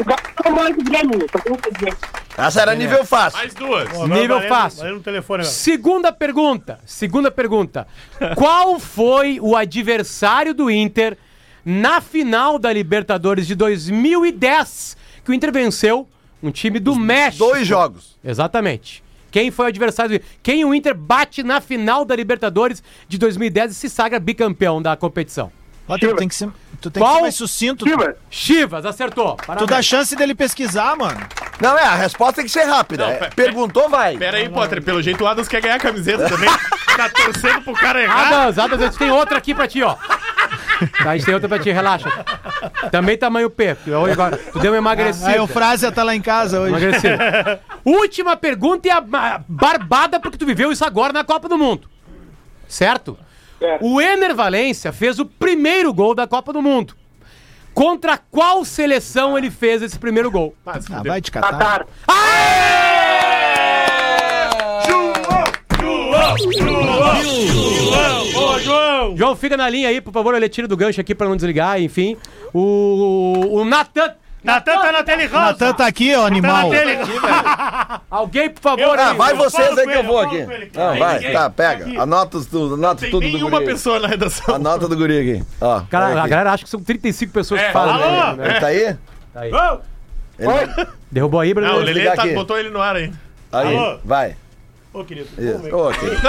S9: O Gabiru é o maior do Grêmio, só tenho que dizer.
S2: Essa era nível fácil.
S3: Mais duas.
S6: Agora
S4: Nível
S6: valendo-
S4: fácil.
S6: valendo o telefone agora.
S4: Segunda pergunta. Segunda pergunta. Qual foi o adversário do Inter na final da Libertadores de 2010 que o Inter venceu? Um time do México.
S2: Dois jogos.
S4: Exatamente. Quem foi o adversário? do- Quem o Inter bate na final da Libertadores de 2010 e se sagra bicampeão da competição?
S5: Potter, tu tem que ser, tu tem que
S4: Qual?
S5: ser mais sucinto. Tu,
S9: Silva,
S4: Chivas, acertou.
S5: tu tá
S4: Parabéns.
S5: dá chance dele pesquisar, mano.
S2: Não, é, a resposta tem que ser rápida.
S3: Não,
S2: É,
S3: pera-
S2: Perguntou, vai.
S3: Pera aí, Potter. Pelo jeito o Adams quer ganhar a camiseta também. Tá torcendo pro cara errar.
S4: Adams, Adams, a gente tem outra aqui pra ti, ó. Tá, a gente tem outra pra ti, relaxa. Também tamanho P. porque Hoje agora, tu deu uma emagrecida.
S5: Ah, Aí o Frázia tá lá em casa hoje.
S4: Emagrecida. Última pergunta e a a barbada, porque tu viveu isso agora na Copa do Mundo. Certo?
S9: Certo.
S4: O Ener Valência fez o primeiro gol da Copa do Mundo. Contra qual seleção ele fez esse primeiro gol?
S5: Ah, vai te
S2: Tá,
S5: catar.
S9: Catar.
S6: Ô, João!
S4: João, fica na linha aí, por favor, ele tira do gancho aqui pra não desligar, enfim. O, o Natan.
S6: Natan tá na tele rosa.
S5: Natan tá aqui, ó,
S6: Tá
S5: animal.
S6: na tele
S4: Alguém, por favor.
S6: Eu-
S4: aí.
S2: Ah, vai vocês
S6: falo
S2: aí
S6: com
S2: que eu
S6: ele,
S2: vou
S6: eu falo
S2: aqui.
S6: com ele, cara.
S2: Ah,
S6: Aí
S2: vai,
S6: ninguém-
S2: tá, pega. Anota os tudo, anota tudo do
S3: Nenhuma
S2: guri. aí.
S3: pessoa na redação.
S2: Anota do guri aqui. Ó,
S4: Cara,
S2: olha
S4: a
S2: aqui.
S4: galera acha que são 35 pessoas
S3: É,
S4: que falam.
S6: alô?
S4: né?
S2: Ele tá aí?
S6: Ô,
S2: Ele...
S4: Derrubou aí, Bruno.
S3: Não, o
S2: Lele
S3: Lelê tá-
S2: aqui.
S3: botou ele no ar aí.
S2: Aí,
S6: Alô?
S2: vai.
S6: Ô, querido.
S2: Isso.
S6: Ô, meu.
S2: Ô, querido.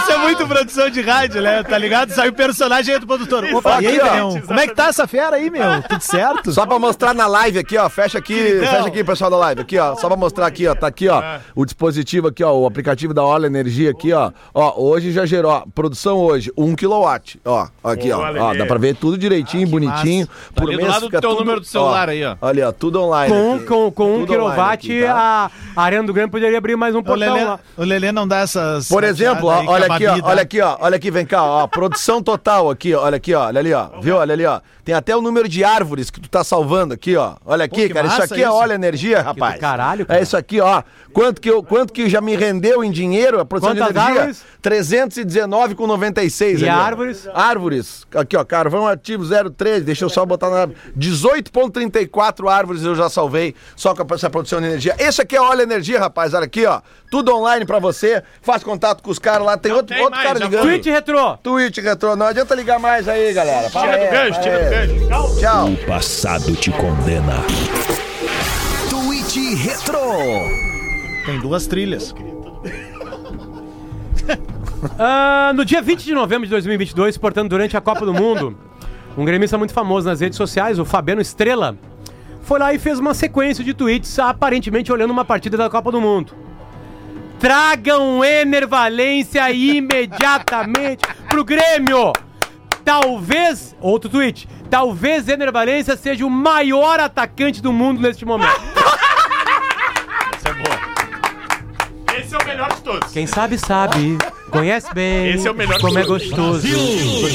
S5: Isso é muito produção de rádio, né? Tá ligado? Saiu o personagem aí do produtor. Opa, e aí,
S2: Aqui, ó.
S5: meu? Como é que tá essa fera aí, meu? Tudo certo?
S2: Só pra mostrar na live aqui, ó. Fecha aqui,
S7: então.
S2: fecha aqui, pessoal da live. Aqui, ó. Só pra mostrar aqui, ó. Tá aqui,
S7: É.
S2: ó. O dispositivo aqui, ó. O aplicativo da Ola Energia aqui, ó. Ó, hoje já gerou. ó, Produção hoje, 1 kW. Ó, aqui, ó.
S3: Boa,
S2: ó.
S3: Lelê.
S2: Dá pra ver tudo direitinho, bonitinho. Por
S7: Ah, ali do
S2: mês
S7: lado do
S2: fica
S7: teu
S2: tudo-
S7: número do celular aí, ó.
S2: Olha, ó, tudo online.
S4: Com,
S2: tá aqui.
S4: com, com um
S2: Tudo online
S4: quilowatt,
S2: aqui, tá?
S4: a Arena do Grêmio poderia abrir mais um
S5: O
S4: portão
S5: Lelê,
S4: lá.
S5: o Lelê não dá essas.
S2: Por exemplo, ó,
S5: aí que é
S2: olha
S5: a
S2: aqui, ó,
S5: Babi dá.
S2: olha aqui, ó, olha aqui, vem cá, ó, produção total aqui, ó, olha aqui, ó, olha ali, ó, viu, olha ali, ó, tem até o número de árvores que tu tá salvando aqui, ó, olha aqui,
S5: que
S2: cara, isso
S5: massa
S2: aqui é
S5: isso.
S2: olha energia, rapaz.
S4: caralho,
S2: É
S4: cara.
S2: isso aqui, ó, quanto que, eu, quanto que já me rendeu em dinheiro a produção de
S4: Quantas
S2: energia?
S4: árvores?
S2: 319,96.
S4: E
S2: ali, ó.
S4: árvores?
S2: Árvores, aqui, ó, carvão ativo 03, deixa eu só botar na 18,34 árvores eu já salvei só com essa produção de energia. Esse aqui é olha energia, rapaz, olha aqui, ó, tudo online pra você, faz contato com os caras lá, tem outro,
S3: tem
S2: outro
S3: mais,
S2: cara
S3: já
S2: ligando.
S3: foi.
S4: Twitch retrô.
S2: Twitch retrô, não adianta ligar mais aí, galera. Para
S3: Tira do
S2: aí,
S3: gancho,
S2: para
S3: tira do
S2: aí.
S3: gancho.
S2: Tchau.
S1: O passado te condena.
S8: Twitch Retro.
S5: Tem duas trilhas.
S4: Ah, no dia 20 de novembro de 2022, portanto, durante a Copa do Mundo, um gremista muito famoso nas redes sociais, o Fabiano Estrela, foi lá e fez uma sequência de tweets aparentemente olhando uma partida da Copa do Mundo. Tragam Ener Valência imediatamente pro Grêmio! Talvez, outro tweet, talvez Ener Valência seja o maior atacante do mundo neste momento.
S3: é Esse é o melhor de todos.
S4: Quem sabe, sabe. Conhece bem.
S3: Esse é o melhor
S4: Como é
S3: clube.
S4: gostoso.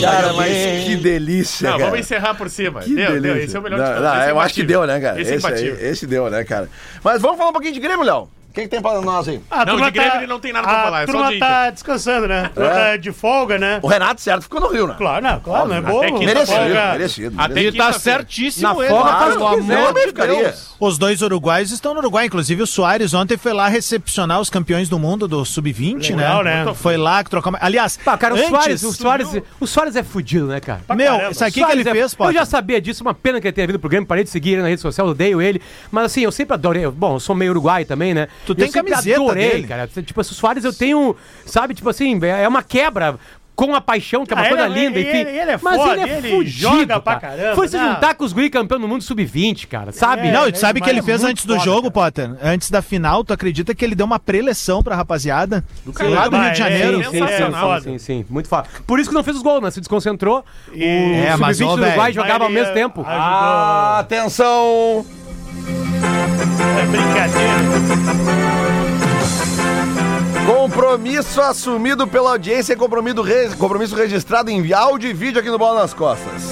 S2: Cara, mas que delícia,
S3: Não,
S2: cara.
S3: vamos encerrar por cima.
S2: Que
S3: deu,
S2: delícia.
S3: deu, esse é o melhor
S2: não,
S3: de todos.
S2: não,
S3: esse é
S2: eu acho que
S3: imbatível.
S2: deu, né, cara?
S3: Esse é
S2: Esse, aí,
S3: imbatível.
S2: esse deu, né, cara? Mas vamos falar um pouquinho de Grêmio, Léo. O que, que tem pra nós aí?
S6: A
S3: Não,
S6: turma tá-
S3: de greve ele não tem nada pra
S6: a
S3: falar, é só
S6: turma
S3: de Inter.
S6: tá descansando, né? A turma tá de folga, né?
S2: O Renato, certo, ficou no Rio, né?
S6: Claro, não, claro, não é
S3: Até
S6: bom.
S3: que
S2: Merecido,
S6: folga.
S2: merecido. merecido.
S3: Até
S7: E tá
S3: Quinta-feira.
S7: certíssimo
S4: Na
S7: ele,
S4: folga
S7: cara.
S4: faz
S2: Claro,
S4: pelo amor
S2: também
S4: de
S2: ficaria.
S5: Os dois uruguaios estão no Uruguai, inclusive o Soares ontem foi lá recepcionar os campeões do mundo do Sub-20,
S6: Legal,
S5: né?
S6: né?
S5: Foi lá trocar uma... Aliás,
S4: Pá, cara, o
S5: antes-
S4: Soares, o Soares, o Soares é fudido, né, cara?
S5: Meu,
S6: caramba.
S5: isso aqui que ele
S4: Soares é-
S5: fez, pô.
S4: Eu já sabia disso, uma pena que ele tenha vindo pro Grêmio, parei de seguir ele na rede social, odeio ele. Mas assim, eu sempre adorei. Bom, eu sou meio uruguai também, né?
S5: Tu
S4: Eu
S5: tem
S4: sempre
S5: camiseta
S4: adorei,
S5: dele.
S4: cara. Tipo, o Soares eu tenho, sabe, tipo assim, é uma quebra. Com a paixão, que é uma
S6: Ah,
S4: coisa
S6: ele é-
S4: linda,
S6: ele-
S4: enfim.
S6: ele- ele é
S4: mas
S6: foda,
S4: ele é
S6: ele
S4: fudido,
S6: joga pra
S4: cara.
S6: caramba,
S4: Foi se
S6: não.
S4: juntar com os guri campeão do mundo sub-20, cara, sabe?
S6: É,
S5: Não,
S6: é
S5: e tu sabe que ele
S6: demais,
S5: fez
S6: é muito
S5: antes do
S6: foda,
S5: jogo, Potter? Antes da final, tu acredita que ele deu uma preleção pra rapaziada? lá do
S6: Ah,
S5: Rio de
S6: é,
S5: Janeiro.
S6: é,
S4: Sim, sim,
S6: sensacional.
S4: sim, sim, sim, muito foda. Por isso que não fez os gols, né? Se desconcentrou.
S6: E-
S5: É,
S4: o
S5: mas,
S4: sub-20
S5: ô,
S4: do Uruguai
S5: velho,
S4: jogava ao
S6: Mas ele,
S4: mesmo tempo.
S6: ah,
S2: Atenção!
S6: É brincadeira.
S2: Compromisso assumido pela audiência e compromisso, re- compromisso registrado em áudio e vídeo aqui no Bola nas Costas.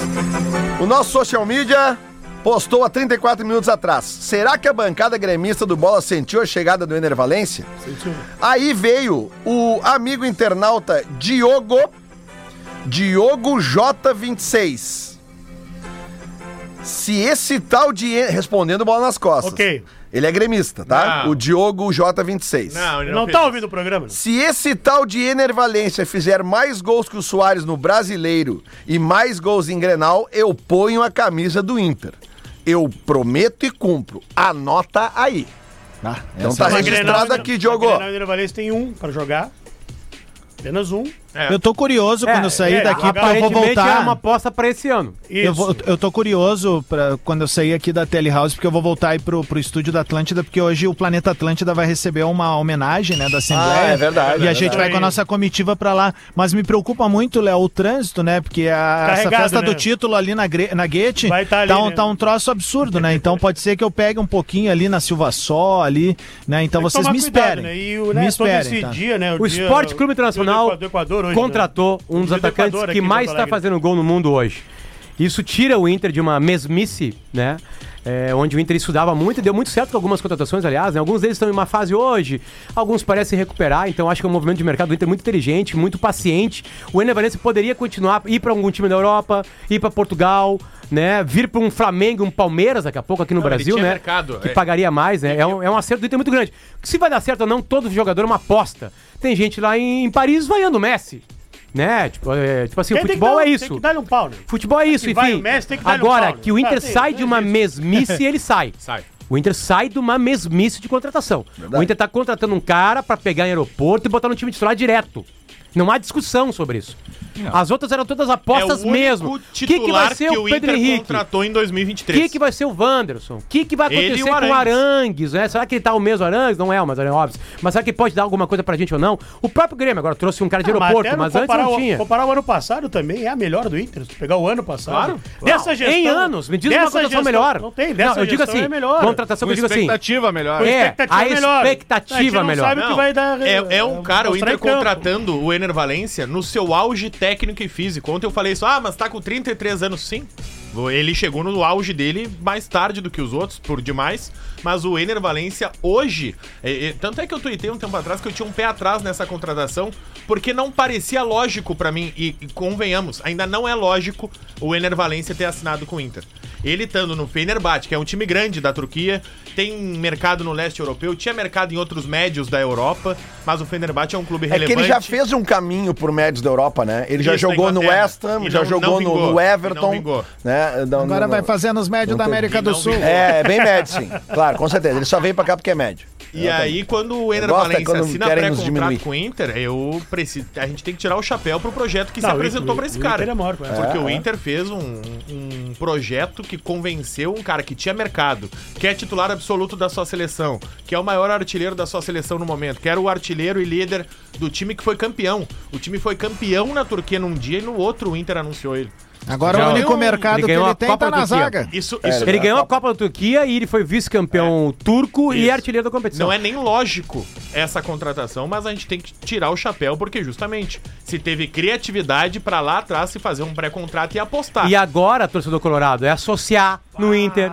S2: O nosso social media postou há 34 minutos atrás. Será que a bancada gremista do Bola sentiu a chegada do Ener Valência? Aí veio o amigo internauta Diogo, Diogo J26. Se esse tal de... En- Respondendo Bola nas Costas.
S6: Ok.
S2: Ele é gremista, tá?
S3: Não.
S2: O Diogo J26.
S3: Não, ele
S6: Não
S3: fez
S6: tá
S3: isso.
S6: ouvindo o programa? né?
S2: Se esse tal de Ener Valência fizer mais gols que o Soares no Brasileiro e mais gols em Grenal, eu ponho a camisa do Inter. Eu prometo e cumpro. Anota aí.
S5: Ah,
S2: Então
S5: essa
S2: tá
S5: é a-
S6: Mas
S2: registrado
S6: Grenal-
S2: aqui, Diogo.
S6: Grenal e Mineiro Valência tem um pra jogar. Apenas um.
S3: É.
S5: Eu tô curioso quando eu sair
S6: é,
S5: daqui,
S6: é,
S5: porque eu vou
S4: Aparentemente
S5: voltar.
S4: é uma aposta pra esse ano.
S5: Eu, vou-
S6: Isso.
S5: eu tô curioso pra, quando eu sair aqui da Telehouse, porque eu vou voltar aí pro, pro estúdio da Atlântida, porque hoje o Planeta Atlântida vai receber uma homenagem, né, da Assembleia.
S2: Ah, é verdade,
S5: E
S2: é
S5: a gente
S6: verdade.
S5: vai com a nossa comitiva pra lá. Mas me preocupa muito, Léo, o trânsito, né, porque a, essa
S6: Carregado,
S5: festa
S6: né?
S5: do título ali na, Gre- na Guete
S6: Vai tá ali,
S5: um,
S6: né?
S5: tá um troço absurdo, né? Então pode ser que eu pegue um pouquinho ali na Silva Só, ali, né? Então
S6: Tem que
S5: vocês
S6: tomar
S5: me
S6: cuidado,
S5: esperem.
S6: né? E o, né,
S5: me
S6: todo
S5: esperem,
S6: esse
S5: tá?
S6: dia, né?
S4: O
S6: dia-
S4: Esporte Clube Internacional
S6: dia do Equador hoje, né?
S4: contratou um dos
S6: Dia do
S4: atacantes
S6: Equador
S4: que
S6: aqui em
S4: mais
S6: Porto
S4: está
S6: Alegre.
S4: fazendo gol no mundo hoje. Isso tira o Inter de uma mesmice, né? É, onde o Inter estudava muito e deu muito certo com algumas contratações, aliás. Né? Alguns deles estão em uma fase hoje, alguns parecem recuperar, então acho que é um movimento de mercado do Inter muito inteligente, muito paciente. O Ener Valencia poderia continuar, ir para algum time da Europa, ir para Portugal, né? Vir para um Flamengo, um Palmeiras daqui a pouco aqui no
S3: ele
S4: Brasil,
S3: tinha
S4: né?
S3: mercado,
S4: que
S3: é.
S4: pagaria mais, né? É um, é um acerto do Inter muito grande. Se vai dar certo ou não, todo jogador é uma aposta. Tem gente lá em, em Paris vaiando o Messi, né? Tipo, é, tipo assim,
S6: Tem-
S4: o
S6: tem que
S4: futebol
S6: dar-
S4: é
S6: Tem
S4: isso.
S6: que dar um pau, né?
S4: Futebol é isso,
S6: que
S4: enfim.
S6: vai o Messi, tem que dar-lhe um
S4: Agora,
S6: pau, né?
S4: que o Inter
S6: Ah, tem-
S4: sai de
S6: não
S4: uma
S6: existe.
S4: mesmice, ele sai.
S3: Sai.
S4: O Inter sai de uma mesmice de contratação. O Inter tá contratando um cara pra pegar em aeroporto e botar no time titular direto. Não há discussão sobre isso. As outras eram todas apostas
S3: é o
S4: mesmo.
S3: mesmo.
S4: O que, que vai ser o Pedro Henrique?
S3: contratou em
S4: O
S3: 2023.
S4: que, que vai ser o Wanderson? O que, que vai
S3: Ele e
S4: acontecer
S3: o
S4: com o
S3: Arangues.
S4: Arangues? Né? Será que ele tá o mesmo Arangues? Não é o mesmo, é óbvio. Mas será que pode dar alguma coisa pra gente ou não? O próprio Grêmio agora trouxe um cara de
S6: Ah,
S4: aeroporto,
S6: até
S4: mas,
S6: não
S4: antes não
S6: comparar o-
S4: tinha.
S6: Comparar o ano passado também é a melhor do Inter. Se tu pegar o ano passado.
S4: Claro.
S6: Dessa
S4: Não,
S6: gestão.
S4: em anos, me diz uma
S6: dessa
S4: contratação
S6: gestão-
S4: melhor.
S6: Não tem, dessa
S4: eu digo
S6: gestão
S4: assim,
S6: é melhor.
S4: contratação que
S7: Com
S4: eu digo assim.
S7: expectativa melhor.
S4: É, a
S6: A gente
S4: expectativa
S6: não
S4: melhor.
S6: sabe o que
S3: Não,
S6: vai dar.
S3: é, é um cara, o Inter
S6: mostrar em campo.
S3: contratando o Ener Valência no seu auge técnico e físico. Ontem eu falei isso, ah, mas tá com 33 anos, sim. Ele chegou no auge dele mais tarde do que os outros, por demais. Mas o Ener Valência hoje. é, é, tanto é que eu tuitei um tempo atrás que eu tinha um pé atrás nessa contratação, porque não parecia lógico pra mim. E, e convenhamos, ainda não é lógico o Ener Valência ter assinado com o Inter. Ele estando no Fenerbahçe, que é um time grande da Turquia, tem mercado no leste europeu, tinha mercado em outros médios da Europa, mas o Fenerbahçe é um clube
S2: É
S3: relevante.
S2: que ele já fez um caminho por médios da Europa, né? Ele já
S3: Isso, na
S2: jogou no
S3: Inglaterra.
S2: West Ham,
S3: E
S2: já
S3: não- não
S2: jogou no,
S3: vingou.
S2: no
S3: E não
S2: Everton.
S3: vingou.
S2: né? Não-
S5: Agora
S2: não-
S5: vai fazer nos médios da
S2: tem-
S5: América do
S3: Não
S5: Sul.
S3: vingou.
S2: É, é bem médio, sim. Claro, com certeza. Ele só veio pra cá porque é médio.
S3: E aí, quando o Ener
S2: gosto é
S3: Valencia
S2: quando
S3: assina
S2: querem nos
S3: pré-contrato
S2: diminuir.
S3: com o Inter, eu preciso, a gente tem que tirar o chapéu pro projeto que
S6: Não,
S3: se
S6: o
S3: apresentou
S6: Inter-
S3: pra esse
S6: o
S3: cara.
S6: Inter é maior, cara.
S3: Porque
S2: É,
S3: o
S2: é.
S3: Inter fez um, um projeto que convenceu um cara que tinha mercado, que é titular absoluto da sua seleção, que é o maior artilheiro da sua seleção no momento, que era o artilheiro e líder do time que foi campeão. O time foi campeão na Turquia num dia e no outro o Inter anunciou ele.
S5: Agora
S4: Já-
S5: o único
S4: Ele
S5: mercado que
S4: ganhou
S5: ele
S4: a
S5: tem
S4: Copa
S5: tá na
S4: do Turquia.
S5: zaga.
S3: Isso,
S2: É,
S3: isso
S4: Ele
S2: É,
S4: ganhou
S2: tá-
S4: a Copa da Turquia e ele foi vice-campeão
S6: É.
S4: turco e
S3: Isso.
S4: artilheiro da competição.
S3: Não é nem lógico essa contratação, mas a gente tem que tirar o chapéu, porque justamente se teve criatividade pra lá atrás se fazer um pré-contrato e apostar.
S6: Ah.
S4: E agora, torcedor colorado, é associar no Inter.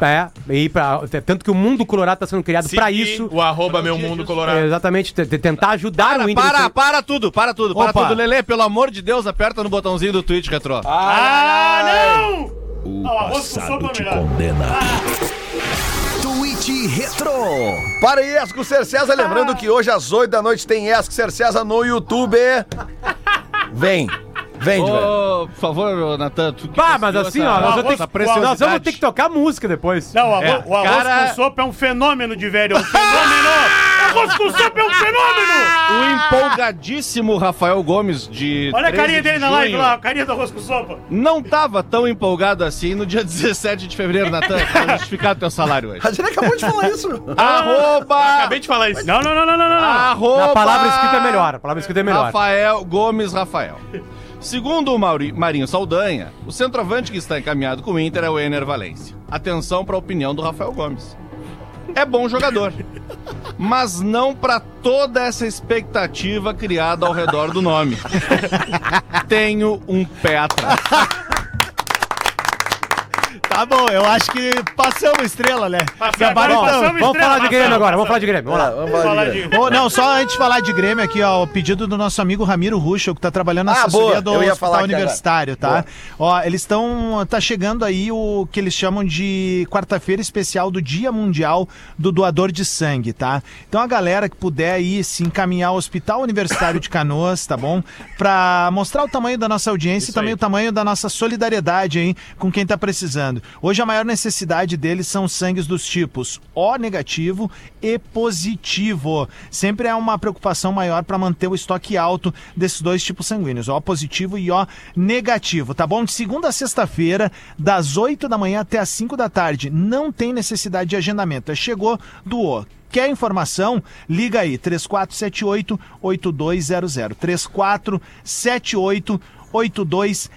S4: É, e pra, tanto que o mundo colorado tá sendo criado pra
S3: Seguir
S4: isso.
S3: O arroba meu mundo
S4: É,
S3: colorado.
S4: exatamente, te- te- tentar ajudar o Inter.
S7: Tá, Para, para tudo, para tudo, para
S5: Opa.
S7: tudo, Lelê, pelo amor de Deus, aperta no botãozinho do Twitch, Retrô.
S6: Ah, não!
S1: O
S6: Ah, o arroz com
S1: passado
S6: sopa é
S1: te
S6: melhor.
S1: condena.
S8: Twitch Retro.
S2: Para Esco Ser César, lembrando que hoje às 8 da noite tem Esco Ser César no YouTube. Vem, vem, velho.
S7: Ô, por favor, Natan, tu que
S4: Bah, mas
S7: conseguiu
S4: assim,
S7: essa-
S4: ó, nós vamos, ter
S7: essa
S4: que, nós vamos
S7: preciosidade.
S4: ter que tocar música depois.
S6: Não, o arroz, o arroz
S7: cara-
S6: com sopa é um fenômeno de velho. É um fenômeno! O arroz com sopa é um fenômeno!
S7: O empolgadíssimo Rafael Gomes de.
S6: Olha a
S7: 13
S6: carinha
S7: de
S6: dele na
S7: junho,
S6: live lá, a carinha do arroz com sopa.
S7: Não tava tão empolgado assim no dia 17 de fevereiro, Natan, pra justificar teu salário hoje.
S2: A gente acabou de falar isso.
S7: Arroba!
S3: Acabei de falar isso.
S6: Não, não, não, não, não, não.
S7: Arroba!
S4: A palavra escrita é melhor. A palavra escrita é melhor.
S7: Rafael Gomes Rafael. Segundo o Mauri- Marinho Saldanha, o centroavante que está encaminhado com o Inter é o Ener Valência. Atenção para a opinião do Rafael Gomes. É bom jogador, mas não para toda essa expectativa criada ao redor do nome. Tenho um pé atrás.
S5: Tá bom, eu acho que passamos estrela, né?
S6: Passamos, agora
S5: Gabaritão.
S6: passamos.
S4: Vamos falar de
S6: Rafael.
S4: Grêmio agora, vamos falar de Grêmio. Vamos lá.
S2: Vamos
S6: Vamos falar
S2: ali,
S6: de...
S2: velho.
S5: Ô, não, só antes de falar de Grêmio aqui, ó, o pedido do nosso amigo Ramiro Ruschel, que tá trabalhando na
S2: Ah, boa,
S5: assessoria do
S2: eu ia falar
S5: Hospital
S2: aqui
S5: Universitário,
S2: agora.
S5: tá? Ó, eles estão, tá chegando aí o que eles chamam de quarta-feira especial do Dia Mundial do Doador de Sangue, tá? Então a galera que puder aí se encaminhar ao Hospital Universitário de Canoas, tá bom? Pra mostrar o tamanho da nossa audiência e também o tamanho da nossa solidariedade aí com quem tá precisando. Hoje a maior necessidade deles são sangues dos tipos O negativo e positivo. Sempre é uma preocupação maior para manter o estoque alto desses dois tipos tipo sanguíneos, O positivo e O negativo, tá bom? De segunda a sexta-feira, das 8 da manhã até as 5 da tarde. Não tem necessidade de agendamento. É Chegou, doou. Quer informação? Liga aí, 3478-8200. 3478 8200.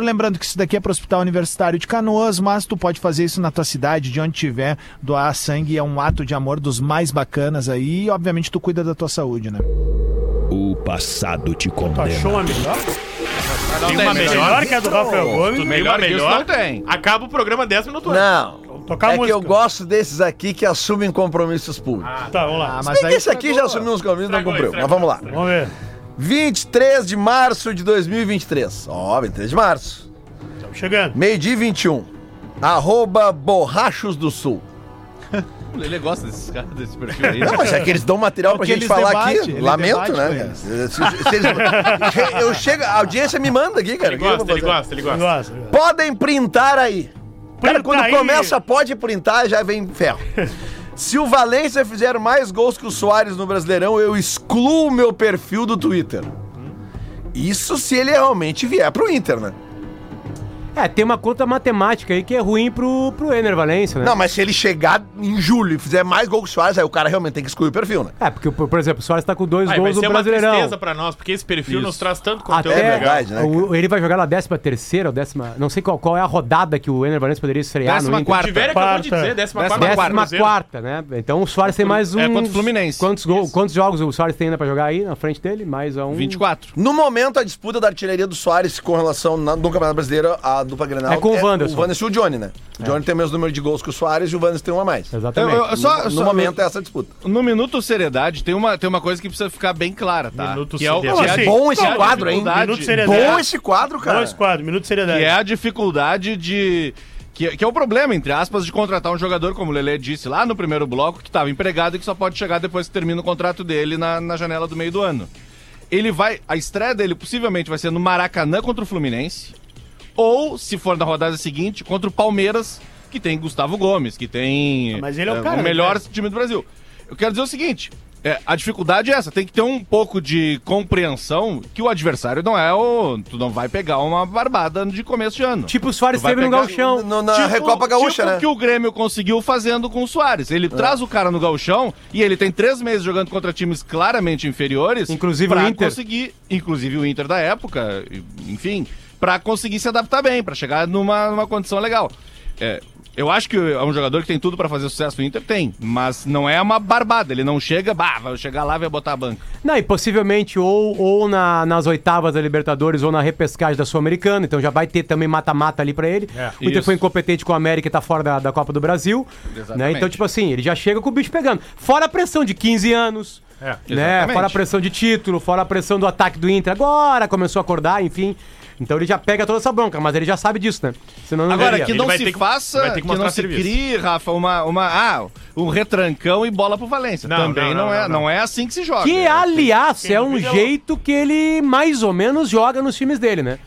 S5: Lembrando que isso daqui é para o Hospital Universitário de Canoas, mas tu pode fazer isso na tua cidade, de onde tiver. Doar sangue é um ato de amor dos mais bacanas aí. E, obviamente, tu cuida da tua saúde, né?
S1: O passado te
S6: Achou
S1: condena.
S6: uma melhor?
S7: Não
S3: Tem
S2: é
S3: uma Tá melhor?
S6: Melhor que a do Rafael Gomes.
S3: Melhor,
S7: que isso
S3: melhor.
S7: não tem.
S3: Acaba o programa 10 minutos. antes.
S2: Não.
S6: Tocar
S2: é que
S6: música.
S2: eu gosto desses aqui que assumem compromissos públicos.
S6: Tá, vamos
S5: Ah,
S6: lá.
S2: Bem que esse aqui já assumiu uns compromissos e não
S3: Estragou,
S2: cumpriu. Mas vamos
S3: estragou,
S2: lá.
S6: Vamos ver.
S2: 23 de março de 2023. Ó, 23 de março.
S6: Estamos chegando.
S2: Meio-dia e 21. Arroba Borrachos do Sul.
S7: O Lelê gosta desses caras, desse perfil aí.
S2: Não, mas é que eles dão material pra
S5: que
S2: gente
S5: eles
S2: falar
S5: debate,
S2: aqui.
S5: ele
S2: Lamento,
S5: debate
S2: né?
S5: com
S2: cara?
S5: eles.
S2: Se- se- se eles- eu chego, a audiência me manda aqui, cara.
S3: Ele
S2: O que eu vou
S3: gosta, ele
S2: fazer?
S3: gosta, ele gosta.
S6: Gosta.
S2: Podem printar aí. Cara,
S6: Printa
S2: quando
S6: aí.
S2: começa, pode printar, já vem ferro. Se o Valência fizer mais gols que o Soares no Brasileirão, eu excluo o meu perfil do Twitter. Isso se ele realmente vier pro Inter, né?
S4: É, tem uma conta matemática aí que é ruim pro, pro Ener Valência,
S5: É.
S4: né?
S2: Não, mas se ele chegar em julho e fizer mais gols que o Soares, aí o cara realmente tem que excluir o perfil, né?
S4: É, porque, por por exemplo, o Soares tá com dois
S3: Aí, vai
S4: gols no
S3: ser uma
S4: Brasileirão.
S3: tristeza pra nós, porque esse perfil
S7: Isso.
S3: nos traz tanto conteúdo
S4: Até
S3: legal.
S2: verdade, né, cara?
S4: o- ele vai jogar na décima terceira ou décima. Não sei qual, qual é a rodada que o Ener Valência poderia estrear no
S7: Décima
S4: Inter.
S7: quarta.
S3: Tiver é que eu vou te
S6: Quarta.
S3: dizer, décima quarta.
S4: Décima quarta,
S3: Cruzeiro.
S4: né? Então o Soares tem mais um.
S7: É, contra o Fluminense.
S4: Quantos, gol, quantos jogos o Soares tem ainda pra jogar aí na frente dele? Mais um.
S7: 24.
S2: No momento, a disputa da artilharia do Soares com relação na, no Campeonato Brasileiro à dupla Grenal
S4: É com o Wanderson.
S2: O Wanderson e o Johnny, né? O Johnny tem o mesmo número de gols que o Soares e o Wanderson tem um a mais.
S7: Eu-
S4: Exatamente.
S7: eu- só,
S2: no
S7: só-
S2: momento, é essa a disputa.
S7: No Minuto Seriedade, tem uma, tem uma coisa que precisa ficar bem clara, tá?
S3: Minuto
S7: que é, o- que
S3: Seriedade.
S7: é a
S6: Assim,
S2: Bom esse
S7: dificuldade-
S2: quadro, hein?
S6: Minuto Seriedade.
S2: Bom esse quadro, cara.
S6: Dois quadros, minuto de seriedade.
S7: Que é a dificuldade de. Que, que é o problema, entre aspas, de contratar um jogador, como o Lelê disse lá no primeiro bloco, que estava empregado e que só pode chegar depois que termina o contrato dele na, na janela do meio do ano. Ele vai. A estreia dele possivelmente vai ser no Maracanã contra o Fluminense. Ou, se for na rodada seguinte, contra o Palmeiras, que tem Gustavo Gomes, que tem.
S6: Mas ele é o
S7: eh,
S6: cara,
S7: melhor
S6: né?
S7: time do Brasil. Eu quero dizer o seguinte: é, a dificuldade é essa, tem que ter um pouco de compreensão que o adversário não é o. Tu não vai pegar uma barbada de começo de ano.
S4: Tipo o Soares
S7: Vai
S4: teve no
S7: pegar-
S4: Galchão.
S2: No- na Recopa Gaúcha,
S7: tipo
S2: né? É.
S7: que o Grêmio conseguiu fazendo com o Soares. Ele traz o cara no galchão e ele tem três meses jogando contra times claramente inferiores.
S4: Inclusive
S7: pra
S4: o Inter.
S7: conseguir, inclusive o Inter da época, e- enfim, pra conseguir se adaptar bem, pra chegar numa, numa condição legal. É, Eu acho que é um jogador que tem tudo pra fazer sucesso no Inter, tem, mas não é uma barbada. Ele não chega, bah, vai chegar lá e vai botar a banca.
S4: Não, e possivelmente ou, ou na- nas oitavas da Libertadores ou na repescagem da Sul-Americana, então já vai ter também mata-mata ali pra ele. o Inter
S7: É, Isso.
S4: foi incompetente com o América e tá fora da, da Copa do Brasil. Né?
S7: Exatamente.
S4: Então, tipo assim, ele já chega com o bicho pegando. Fora a pressão de 15 anos. né?
S7: É, exatamente.
S4: Fora a pressão de título, fora a pressão do ataque do Inter. Agora começou a acordar, enfim. Então ele já pega toda essa bronca, mas ele já sabe disso, né? Senão não
S7: Agora,
S4: viria.
S7: que
S3: Ele
S7: não
S3: vai
S7: se
S3: ter que-
S7: faça,
S3: vai ter
S7: que,
S3: que
S7: não
S3: mostrar
S7: se
S3: serviço.
S7: crie, Rafa, uma, uma, ah, um retrancão e bola pro Valência.
S3: Não,
S7: Também não,
S3: não, não,
S7: é,
S3: não,
S7: não.
S3: não.
S7: é assim que se joga.
S4: Que, aliás, é um
S6: duvida, é o-
S4: jeito que ele mais ou menos joga nos times dele, né?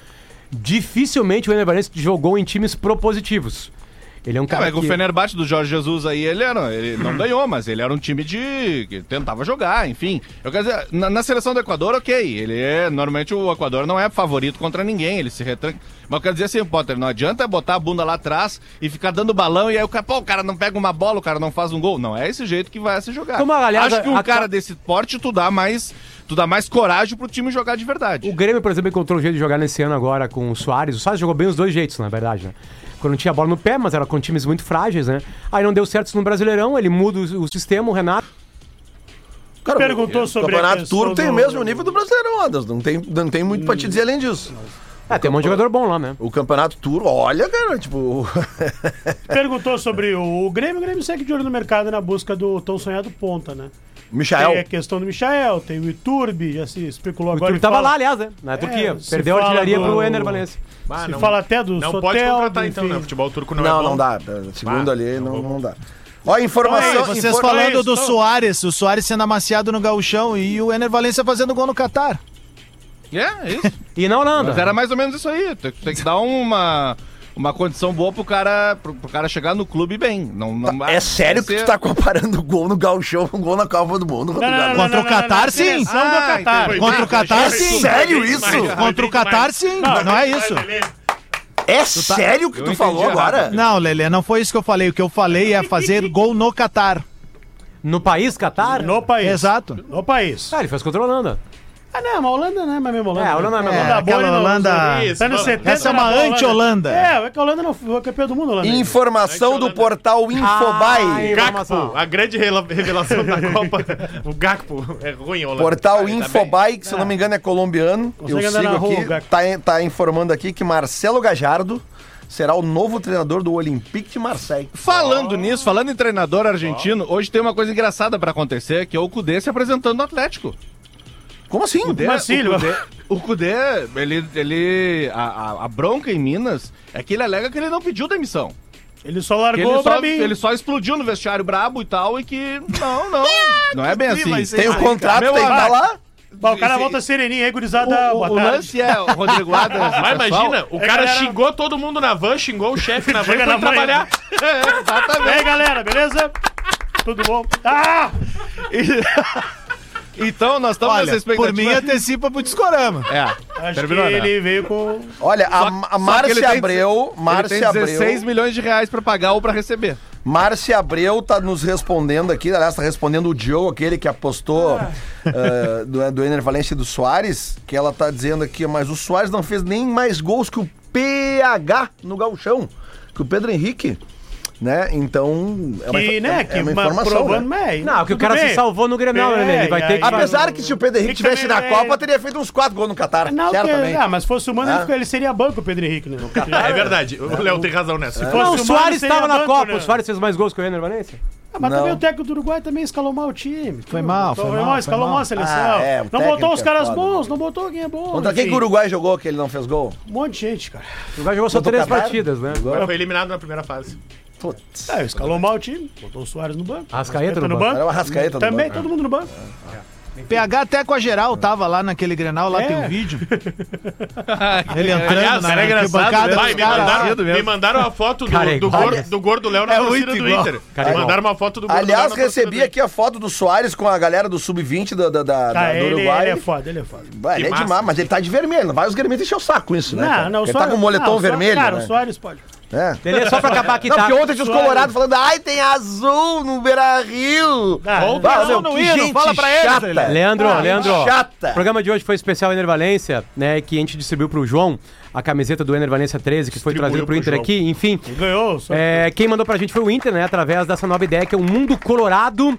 S4: Dificilmente o Ener Valencia jogou em times propositivos. Ele é um
S7: É,
S4: cara
S7: mas com o
S4: que...
S7: Fenerbahçe do Jorge Jesus aí, ele era. Ele não ganhou, mas ele era um time de. que tentava jogar, enfim. Eu quero dizer, na, na seleção do Equador, ok. Ele é. Normalmente o Equador não é favorito contra ninguém, ele se retranca. Mas eu quero dizer assim, Potter, não adianta botar a bunda lá atrás e ficar dando balão e aí o cara, pô, o cara não pega uma bola, o cara não faz um gol. Não é esse jeito que vai se jogar.
S4: Então, mas, aliás,
S7: Acho que um
S4: a-
S7: cara desse porte tu dá mais. Tu dá mais coragem pro time jogar de verdade.
S4: O Grêmio, por exemplo, encontrou um jeito de jogar nesse ano agora com o Soares. O Soares jogou bem os dois jeitos, na verdade, né? Quando tinha a bola no pé, mas era com times muito frágeis, né? Aí não deu certo isso no Brasileirão, ele muda o, o sistema, o Renato.
S2: Cara,
S6: Perguntou
S2: o
S6: sobre a
S2: Campeonato
S6: questão
S2: Turco tem
S6: do-
S2: o mesmo nível do Brasileirão, Andas. Não tem, não tem muito pra te dizer além disso.
S4: É, tem um monte de jogador bom lá, né?
S2: O Campeonato Turco, olha, cara, tipo.
S6: Perguntou sobre o Grêmio. O Grêmio segue de olho no mercado na busca do tão sonhado ponta, né? Tem a
S2: Michael.
S6: questão do Michael, tem o Iturbe, já se especulou
S4: O
S6: agora.
S4: Turco
S6: e
S4: tava
S6: fala- É,
S4: lá, aliás, né? Na Turquia.
S6: se
S4: Perdeu a
S6: fala
S4: artilharia
S6: do-
S4: pro Ener Valencia.
S3: Ah,
S6: Se
S3: não-
S6: fala até do
S3: Não
S6: Sotel,
S3: pode contratar então,
S6: enfim.
S3: né? O futebol turco não, é
S2: Não,
S3: bom.
S2: não dá. Segundo
S3: Ah,
S2: ali, não, Então
S3: não vou-
S2: não dá. Ó, informação.
S5: Aí, vocês
S2: infor-
S5: falando
S6: isso,
S5: do
S6: então.
S5: Soares, o Soares sendo amaciado no gauchão e o Ener Valência fazendo gol no Catar.
S7: É, isso.
S4: E na Holanda.
S7: Mas era mais ou menos isso aí. Tu tu tem que dar uma, uma condição boa pro cara, pro, pro cara chegar no clube bem. Não, não vai-
S2: É sério que
S7: vai
S2: tu
S7: ser-
S2: tá comparando o gol no Galchão com o gol na Copa do Mundo, Rodrigo? Adams?
S5: Contra o Catar, sim.
S6: Seleção do
S7: Ah,
S6: Catar.
S7: entendi.
S5: Contra o Catar, sim.
S2: Sério isso?
S5: Contra o Catar, sim. Não é isso.
S2: É sério o que
S7: tá-
S2: tu
S7: Eu entendi
S2: falou
S7: errado. né?
S2: agora?
S5: Não, Lelê, não foi isso que eu falei. O que eu falei é fazer gol no Catar.
S4: No país, Catar?
S6: No país.
S5: Exato.
S6: No país.
S4: Ah, ele fez contra a Holanda.
S6: Ah, não, mas a Holanda não
S3: né?
S6: é mais mesmo Holanda.
S4: É, a Holanda não é mais
S6: né?
S5: É,
S6: Holanda boa,
S5: aquela
S6: ele não-
S5: Holanda-
S6: Isso, Tá no
S3: vamos.
S6: 70
S5: Essa é uma
S6: era boa,
S5: anti-Holanda.
S6: É, é que a Holanda não foi campeã do mundo, Holanda.
S7: é
S2: Informação do portal
S4: Ah,
S2: Infobae.
S3: Gakpo, a grande rela- revelação da Copa. O Gakpo é ruim, Holanda.
S2: Portal
S3: Ele tá bem.
S2: Infobae, que se eu não me engano é colombiano. Eu
S6: Consegue andar
S2: sigo
S6: na rua,
S2: aqui.
S6: Gaco.
S2: Tá, tá informando aqui que Marcelo Gajardo será o novo treinador do Olympique de Marseille.
S7: Falando nisso, falando em treinador argentino, hoje tem uma coisa engraçada pra acontecer, que é o Cudê se apresentando no Atlético.
S2: Como assim?
S7: Cudê,
S6: Mas sim, ele-
S7: o Cudê, o Cudê, ele, ele a, a- a bronca em Minas é que ele alega que ele não pediu demissão.
S6: Ele só
S7: Que
S6: largou
S7: ele,
S6: pra
S7: só,
S6: mim.
S7: ele só explodiu no vestiário brabo e tal, e que não, não, não é bem assim.
S2: Tem o contrato,
S7: Meu
S2: tem que tá
S7: amigo.
S2: lá?
S6: Bah, o cara
S7: Esse-
S6: volta sereninho aí, gurizada.
S7: O, o-
S6: boa
S7: o
S6: tarde.
S7: lance é, o Rodrigo Adams.
S3: Mas
S7: pessoal,
S3: imagina, o
S6: É,
S3: cara
S6: galera-
S3: xingou todo mundo na van, xingou o chefe na van e
S6: Chega na
S3: foi
S6: manhã.
S3: trabalhar.
S7: É,
S6: E aí,
S7: exatamente.
S6: galera, beleza? Tudo bom? Ah!
S7: Então, nós estamos nessa
S5: Olha, por
S7: expectativa.
S5: mim antecipa pro discorama.
S7: É.
S6: Acho
S7: Terminou,
S6: que
S7: né?
S6: ele veio
S2: É
S6: com.
S2: Olha, a, a
S7: Só- só que ele
S2: Márcia
S7: tem-
S2: Abreu,
S7: Ele tem
S2: Márcia
S7: 16
S2: Abreu,
S7: milhões de reais pra pagar ou pra receber.
S2: Márcia Abreu tá nos respondendo aqui, aliás, tá respondendo o Joe, aquele que apostou
S6: Ah.
S2: eh, do, do Ener Valencia e do Soares, que ela tá dizendo aqui, mas o Soares não fez nem mais gols que o PH no gauchão, que o Pedro Henrique, né? Então, é uma,
S6: Que,
S2: infor-
S6: né?
S2: é-
S6: que
S2: é uma
S6: mas
S2: informação,
S6: provando,
S2: né?
S6: mas.
S4: Não, que o
S6: tudo
S4: cara
S6: bem.
S4: se salvou no Grenal, né? Ele vai
S6: É,
S4: ter que...
S6: e aí-
S2: Apesar que se o Pedro Henrique
S6: Tem que
S2: tivesse na
S6: também, é-
S2: Copa, teria feito uns quatro gols no Catar,
S6: Não, que,
S2: certamente.
S6: ah, mas se fosse humano,
S2: Ah.
S6: ele, fica- ele seria banco, o Pedro Henrique, né?
S3: É verdade, o Léo tem razão nessa.
S5: É.
S6: Se fosse
S4: Não, Ah, o
S6: humano,
S4: Soares
S6: seria
S4: estava na
S6: banco,
S4: Copa.
S6: né?
S4: O Soares fez mais gols que o Ener Valencia.
S6: Ah, mas também
S2: Não.
S6: o técnico do Uruguai também escalou mal o time.
S5: Foi mal, foi mal, foi
S6: escalou mal
S5: mal.
S6: a seleção.
S2: Ah, é, o
S6: não
S2: técnico
S6: botou os
S2: é
S6: caras
S2: foda,
S6: bons, não botou quem é bom.
S2: Contra quem
S6: enfim.
S2: que o Uruguai jogou que ele não fez gol?
S6: Um monte de gente, cara.
S4: O Uruguai jogou só
S2: Contra o
S4: três
S2: Catar?
S4: partidas, né?
S2: Jogou?
S3: Mas foi eliminado na primeira fase.
S2: Putz.
S6: Ah, escalou mal o time, botou o Soares no banco.
S4: Arrascaeta no banco.
S2: Era o Arrascaeta no
S6: Também,
S2: banco.
S6: todo mundo no banco.
S5: PH até com a geral tava lá naquele Grenal, lá
S6: É.
S5: tem um vídeo. Ele entrando
S3: Aliás,
S5: na
S3: era
S5: arquibancada
S3: Vai,
S5: dos
S3: me,
S5: caras.
S3: mandaram, me mandaram a foto do,
S4: Cara, é
S3: do,
S4: igual.
S3: gordo, do gordo Léo na
S5: É
S3: torcida
S5: muito
S3: do
S5: igual.
S3: Inter.
S4: Cara, é igual.
S3: mandaram uma foto do gordo
S2: Aliás,
S3: Léo na torcida
S2: recebi
S3: do
S2: aqui a foto do Soares com a galera do Sub-20 da, da, da-
S6: Tá,
S2: da- do
S6: ele,
S2: Uruguai.
S6: ele é foda, ele é foda.
S2: Vai, ele é
S3: Que massa.
S2: demais, mas ele tá de vermelho. Não vai os gremistas encher o saco com isso, né?
S6: Não,
S2: cara?
S6: não, o
S2: ele tá com o
S6: não,
S2: moletom
S6: o Soares-
S2: vermelho.
S6: Cara,
S2: né?
S6: o Soares pode.
S2: É.
S4: Beleza? Só pra acabar aqui,
S2: Não,
S4: tá?
S2: porque ontem tinha os colorados falando, ai, tem azul no Beira Rio.
S6: Ah,
S2: Ontem
S7: azul no hino, fala pra eles, Lelê.
S6: é-
S4: Leandro, Leandro.
S2: chata.
S4: O programa de hoje foi especial Ener Valência, né? Que a gente distribuiu pro João a camiseta do Ener Valência 13, que foi trazida pro
S3: pro
S4: Inter
S3: João.
S4: aqui. Enfim,
S6: Ganhou. Só...
S4: é, quem mandou pra gente foi o Inter, né? Através dessa nova ideia que é o Mundo Colorado.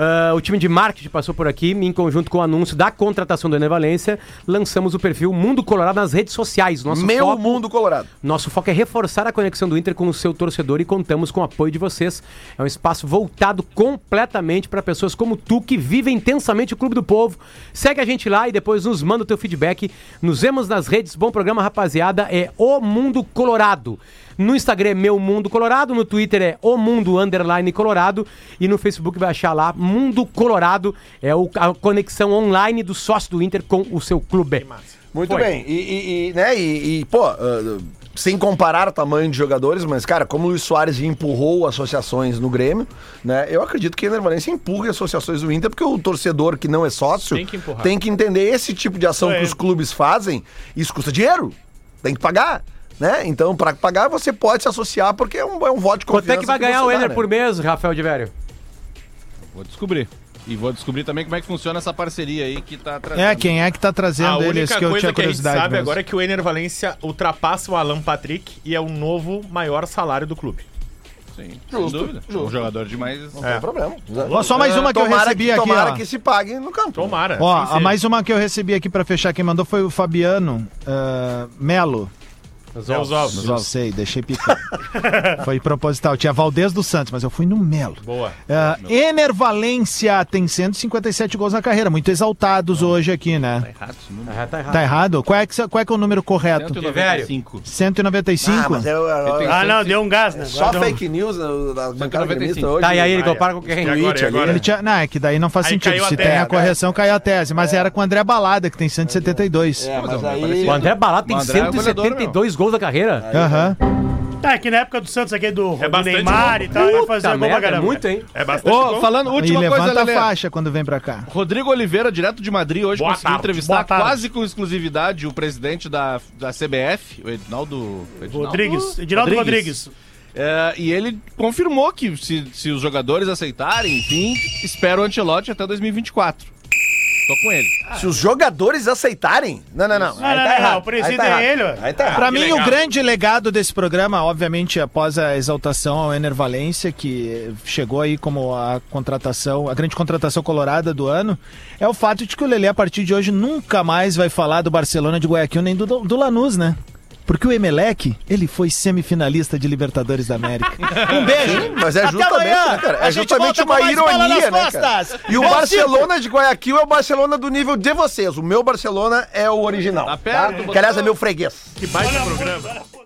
S4: Ah, o time de marketing passou por aqui, em conjunto com o anúncio da contratação do Ener Valência, lançamos o perfil Mundo Colorado nas redes sociais. Nosso
S2: Meu
S4: foco-
S2: mundo colorado.
S4: nosso foco é reforçar a conexão do Inter com o seu torcedor e contamos com o apoio de vocês. É um espaço voltado completamente para pessoas como tu que vivem intensamente o Clube do Povo. Segue a gente lá e depois nos manda o teu feedback. Nos vemos nas redes. Bom programa, rapaziada. É O Mundo Colorado. No Instagram é Meu Mundo Colorado, no Twitter é O Mundo Underline Colorado e no Facebook vai achar lá Mundo Colorado. É o- a conexão online do sócio do Inter com o seu clube.
S2: Muito bem. E, e- e, né, e, e, pô, ah, sem comparar o tamanho de jogadores, mas, cara, como o Luiz Soares empurrou associações no Grêmio, né, eu acredito que a Ener Valencia empurre associações do Inter, porque o torcedor que não é sócio
S3: Tem que empurrar.
S2: tem que entender esse tipo de ação
S6: É.
S2: que os clubes fazem. Isso custa dinheiro. Tem que pagar. Né? Então, pra pagar, você pode se associar, porque é um, é um voto de confiança.
S4: Quanto é que vai ganhar o
S2: você dá,
S4: Ener
S2: né?
S4: por mês, Rafael de Vério?
S7: Vou descobrir. E vou descobrir também como é que funciona essa parceria aí que tá trazendo.
S5: É, quem é que tá
S3: A
S5: trazendo eles
S3: única
S5: que eu
S3: coisa
S5: tinha
S3: que a gente
S5: curiosidade.
S3: sabe
S5: mesmo.
S3: agora é que o Ener Valência ultrapassa o Alan Patrick e é o novo maior salário do clube.
S7: Sim, sem dúvida. Um jogador de mais.
S2: Não tem problema.
S5: Ó, só mais uma que eu
S2: tomara
S5: recebi
S2: que,
S5: aqui,
S2: Tomara
S5: ó.
S2: que se pague no campo.
S3: Tomara.
S5: Ó,
S3: assim
S5: a
S3: seja.
S5: mais uma que eu recebi aqui pra fechar, quem mandou foi o Fabiano ah, Melo.
S3: É os ovos.
S5: Não sei, deixei picar. foi proposital. Tinha Valdez dos Santos, mas eu fui no Melo.
S3: Boa.
S5: Ah, Ener Valência tem 157 gols na carreira, muito exaltados hoje aqui, né?
S4: Ah, tá errado.
S5: Tá errado? Qual é, que, qual é que é o número correto?
S7: 195.
S5: 195?
S2: Ah, mas é, é- é-
S6: Ah, não, deu um gás, né?
S2: só
S6: Agora deu um-
S2: fake news da- da bancada
S7: 95.
S2: gremista hoje. né?
S4: Tá, e aí ele
S3: Vai,
S4: compara com quem?
S3: E agora, e agora?
S5: Ele tinha- Não, é que daí não faz
S3: Aí
S5: sentido.
S3: caiu a
S5: Se
S3: tese,
S5: tem a
S3: né?
S5: correção, caiu a tese. Mas era com o André Balada, que tem 172.
S2: É, mas
S7: Não,
S2: aí...
S7: parece-
S4: O André Balada tem
S7: O André é goleador,
S4: 172 gols da carreira.
S5: Aham.
S6: Tá, aqui na época do Santos, aqui do, do
S3: bastante
S6: Neymar
S3: gol.
S6: e tal, ele
S4: É Puta
S6: fazia gol pra
S4: merda, é
S6: caramba.
S4: muito, hein?
S3: É bastante
S7: Ô,
S3: gol.
S7: falando,
S5: E
S7: última coisa,
S5: levanta a
S7: Lelê.
S5: faixa quando vem pra cá.
S7: Rodrigo Oliveira, direto de Madrid, hoje
S3: Boa
S7: conseguiu
S3: tarde,
S7: entrevistar
S6: boa tarde.
S7: quase com exclusividade o presidente da, da CBF, o Edinaldo. Edinaldo?
S6: Rodrigues, Edinaldo Rodrigues.
S7: É, e ele confirmou que se, se os jogadores aceitarem, enfim, espera o Ancelotti até 2024. Tô com ele.
S2: Se os jogadores aceitarem. Não, não, tá não.
S6: não, não, não, o presídio é ele, ué.
S2: Aí tá errado.
S5: Pra mim,
S3: legal.
S5: o grande legado desse programa, obviamente, após a exaltação ao Ener Valência, que chegou aí como a contratação, a grande contratação colorada do ano, é o fato de que o Lelê, a partir de hoje, nunca mais vai falar do Barcelona de Guayaquil nem do, do Lanús, né? Porque o Emelec, ele foi semifinalista de Libertadores da América. Um beijo!
S2: Mas é
S5: Até
S2: justamente,
S5: amanhã.
S2: né, cara?
S5: A
S2: É
S5: gente
S2: justamente
S5: volta com
S2: uma
S5: mais bola
S2: ironia,
S5: nas
S2: né, cara?
S5: costas.
S2: E o
S5: É o
S2: Barcelona de Guayaquil é o Barcelona do nível de vocês. O meu Barcelona é o original.
S7: Tá perto,
S2: Que aliás é meu freguês.
S3: Que baita programa.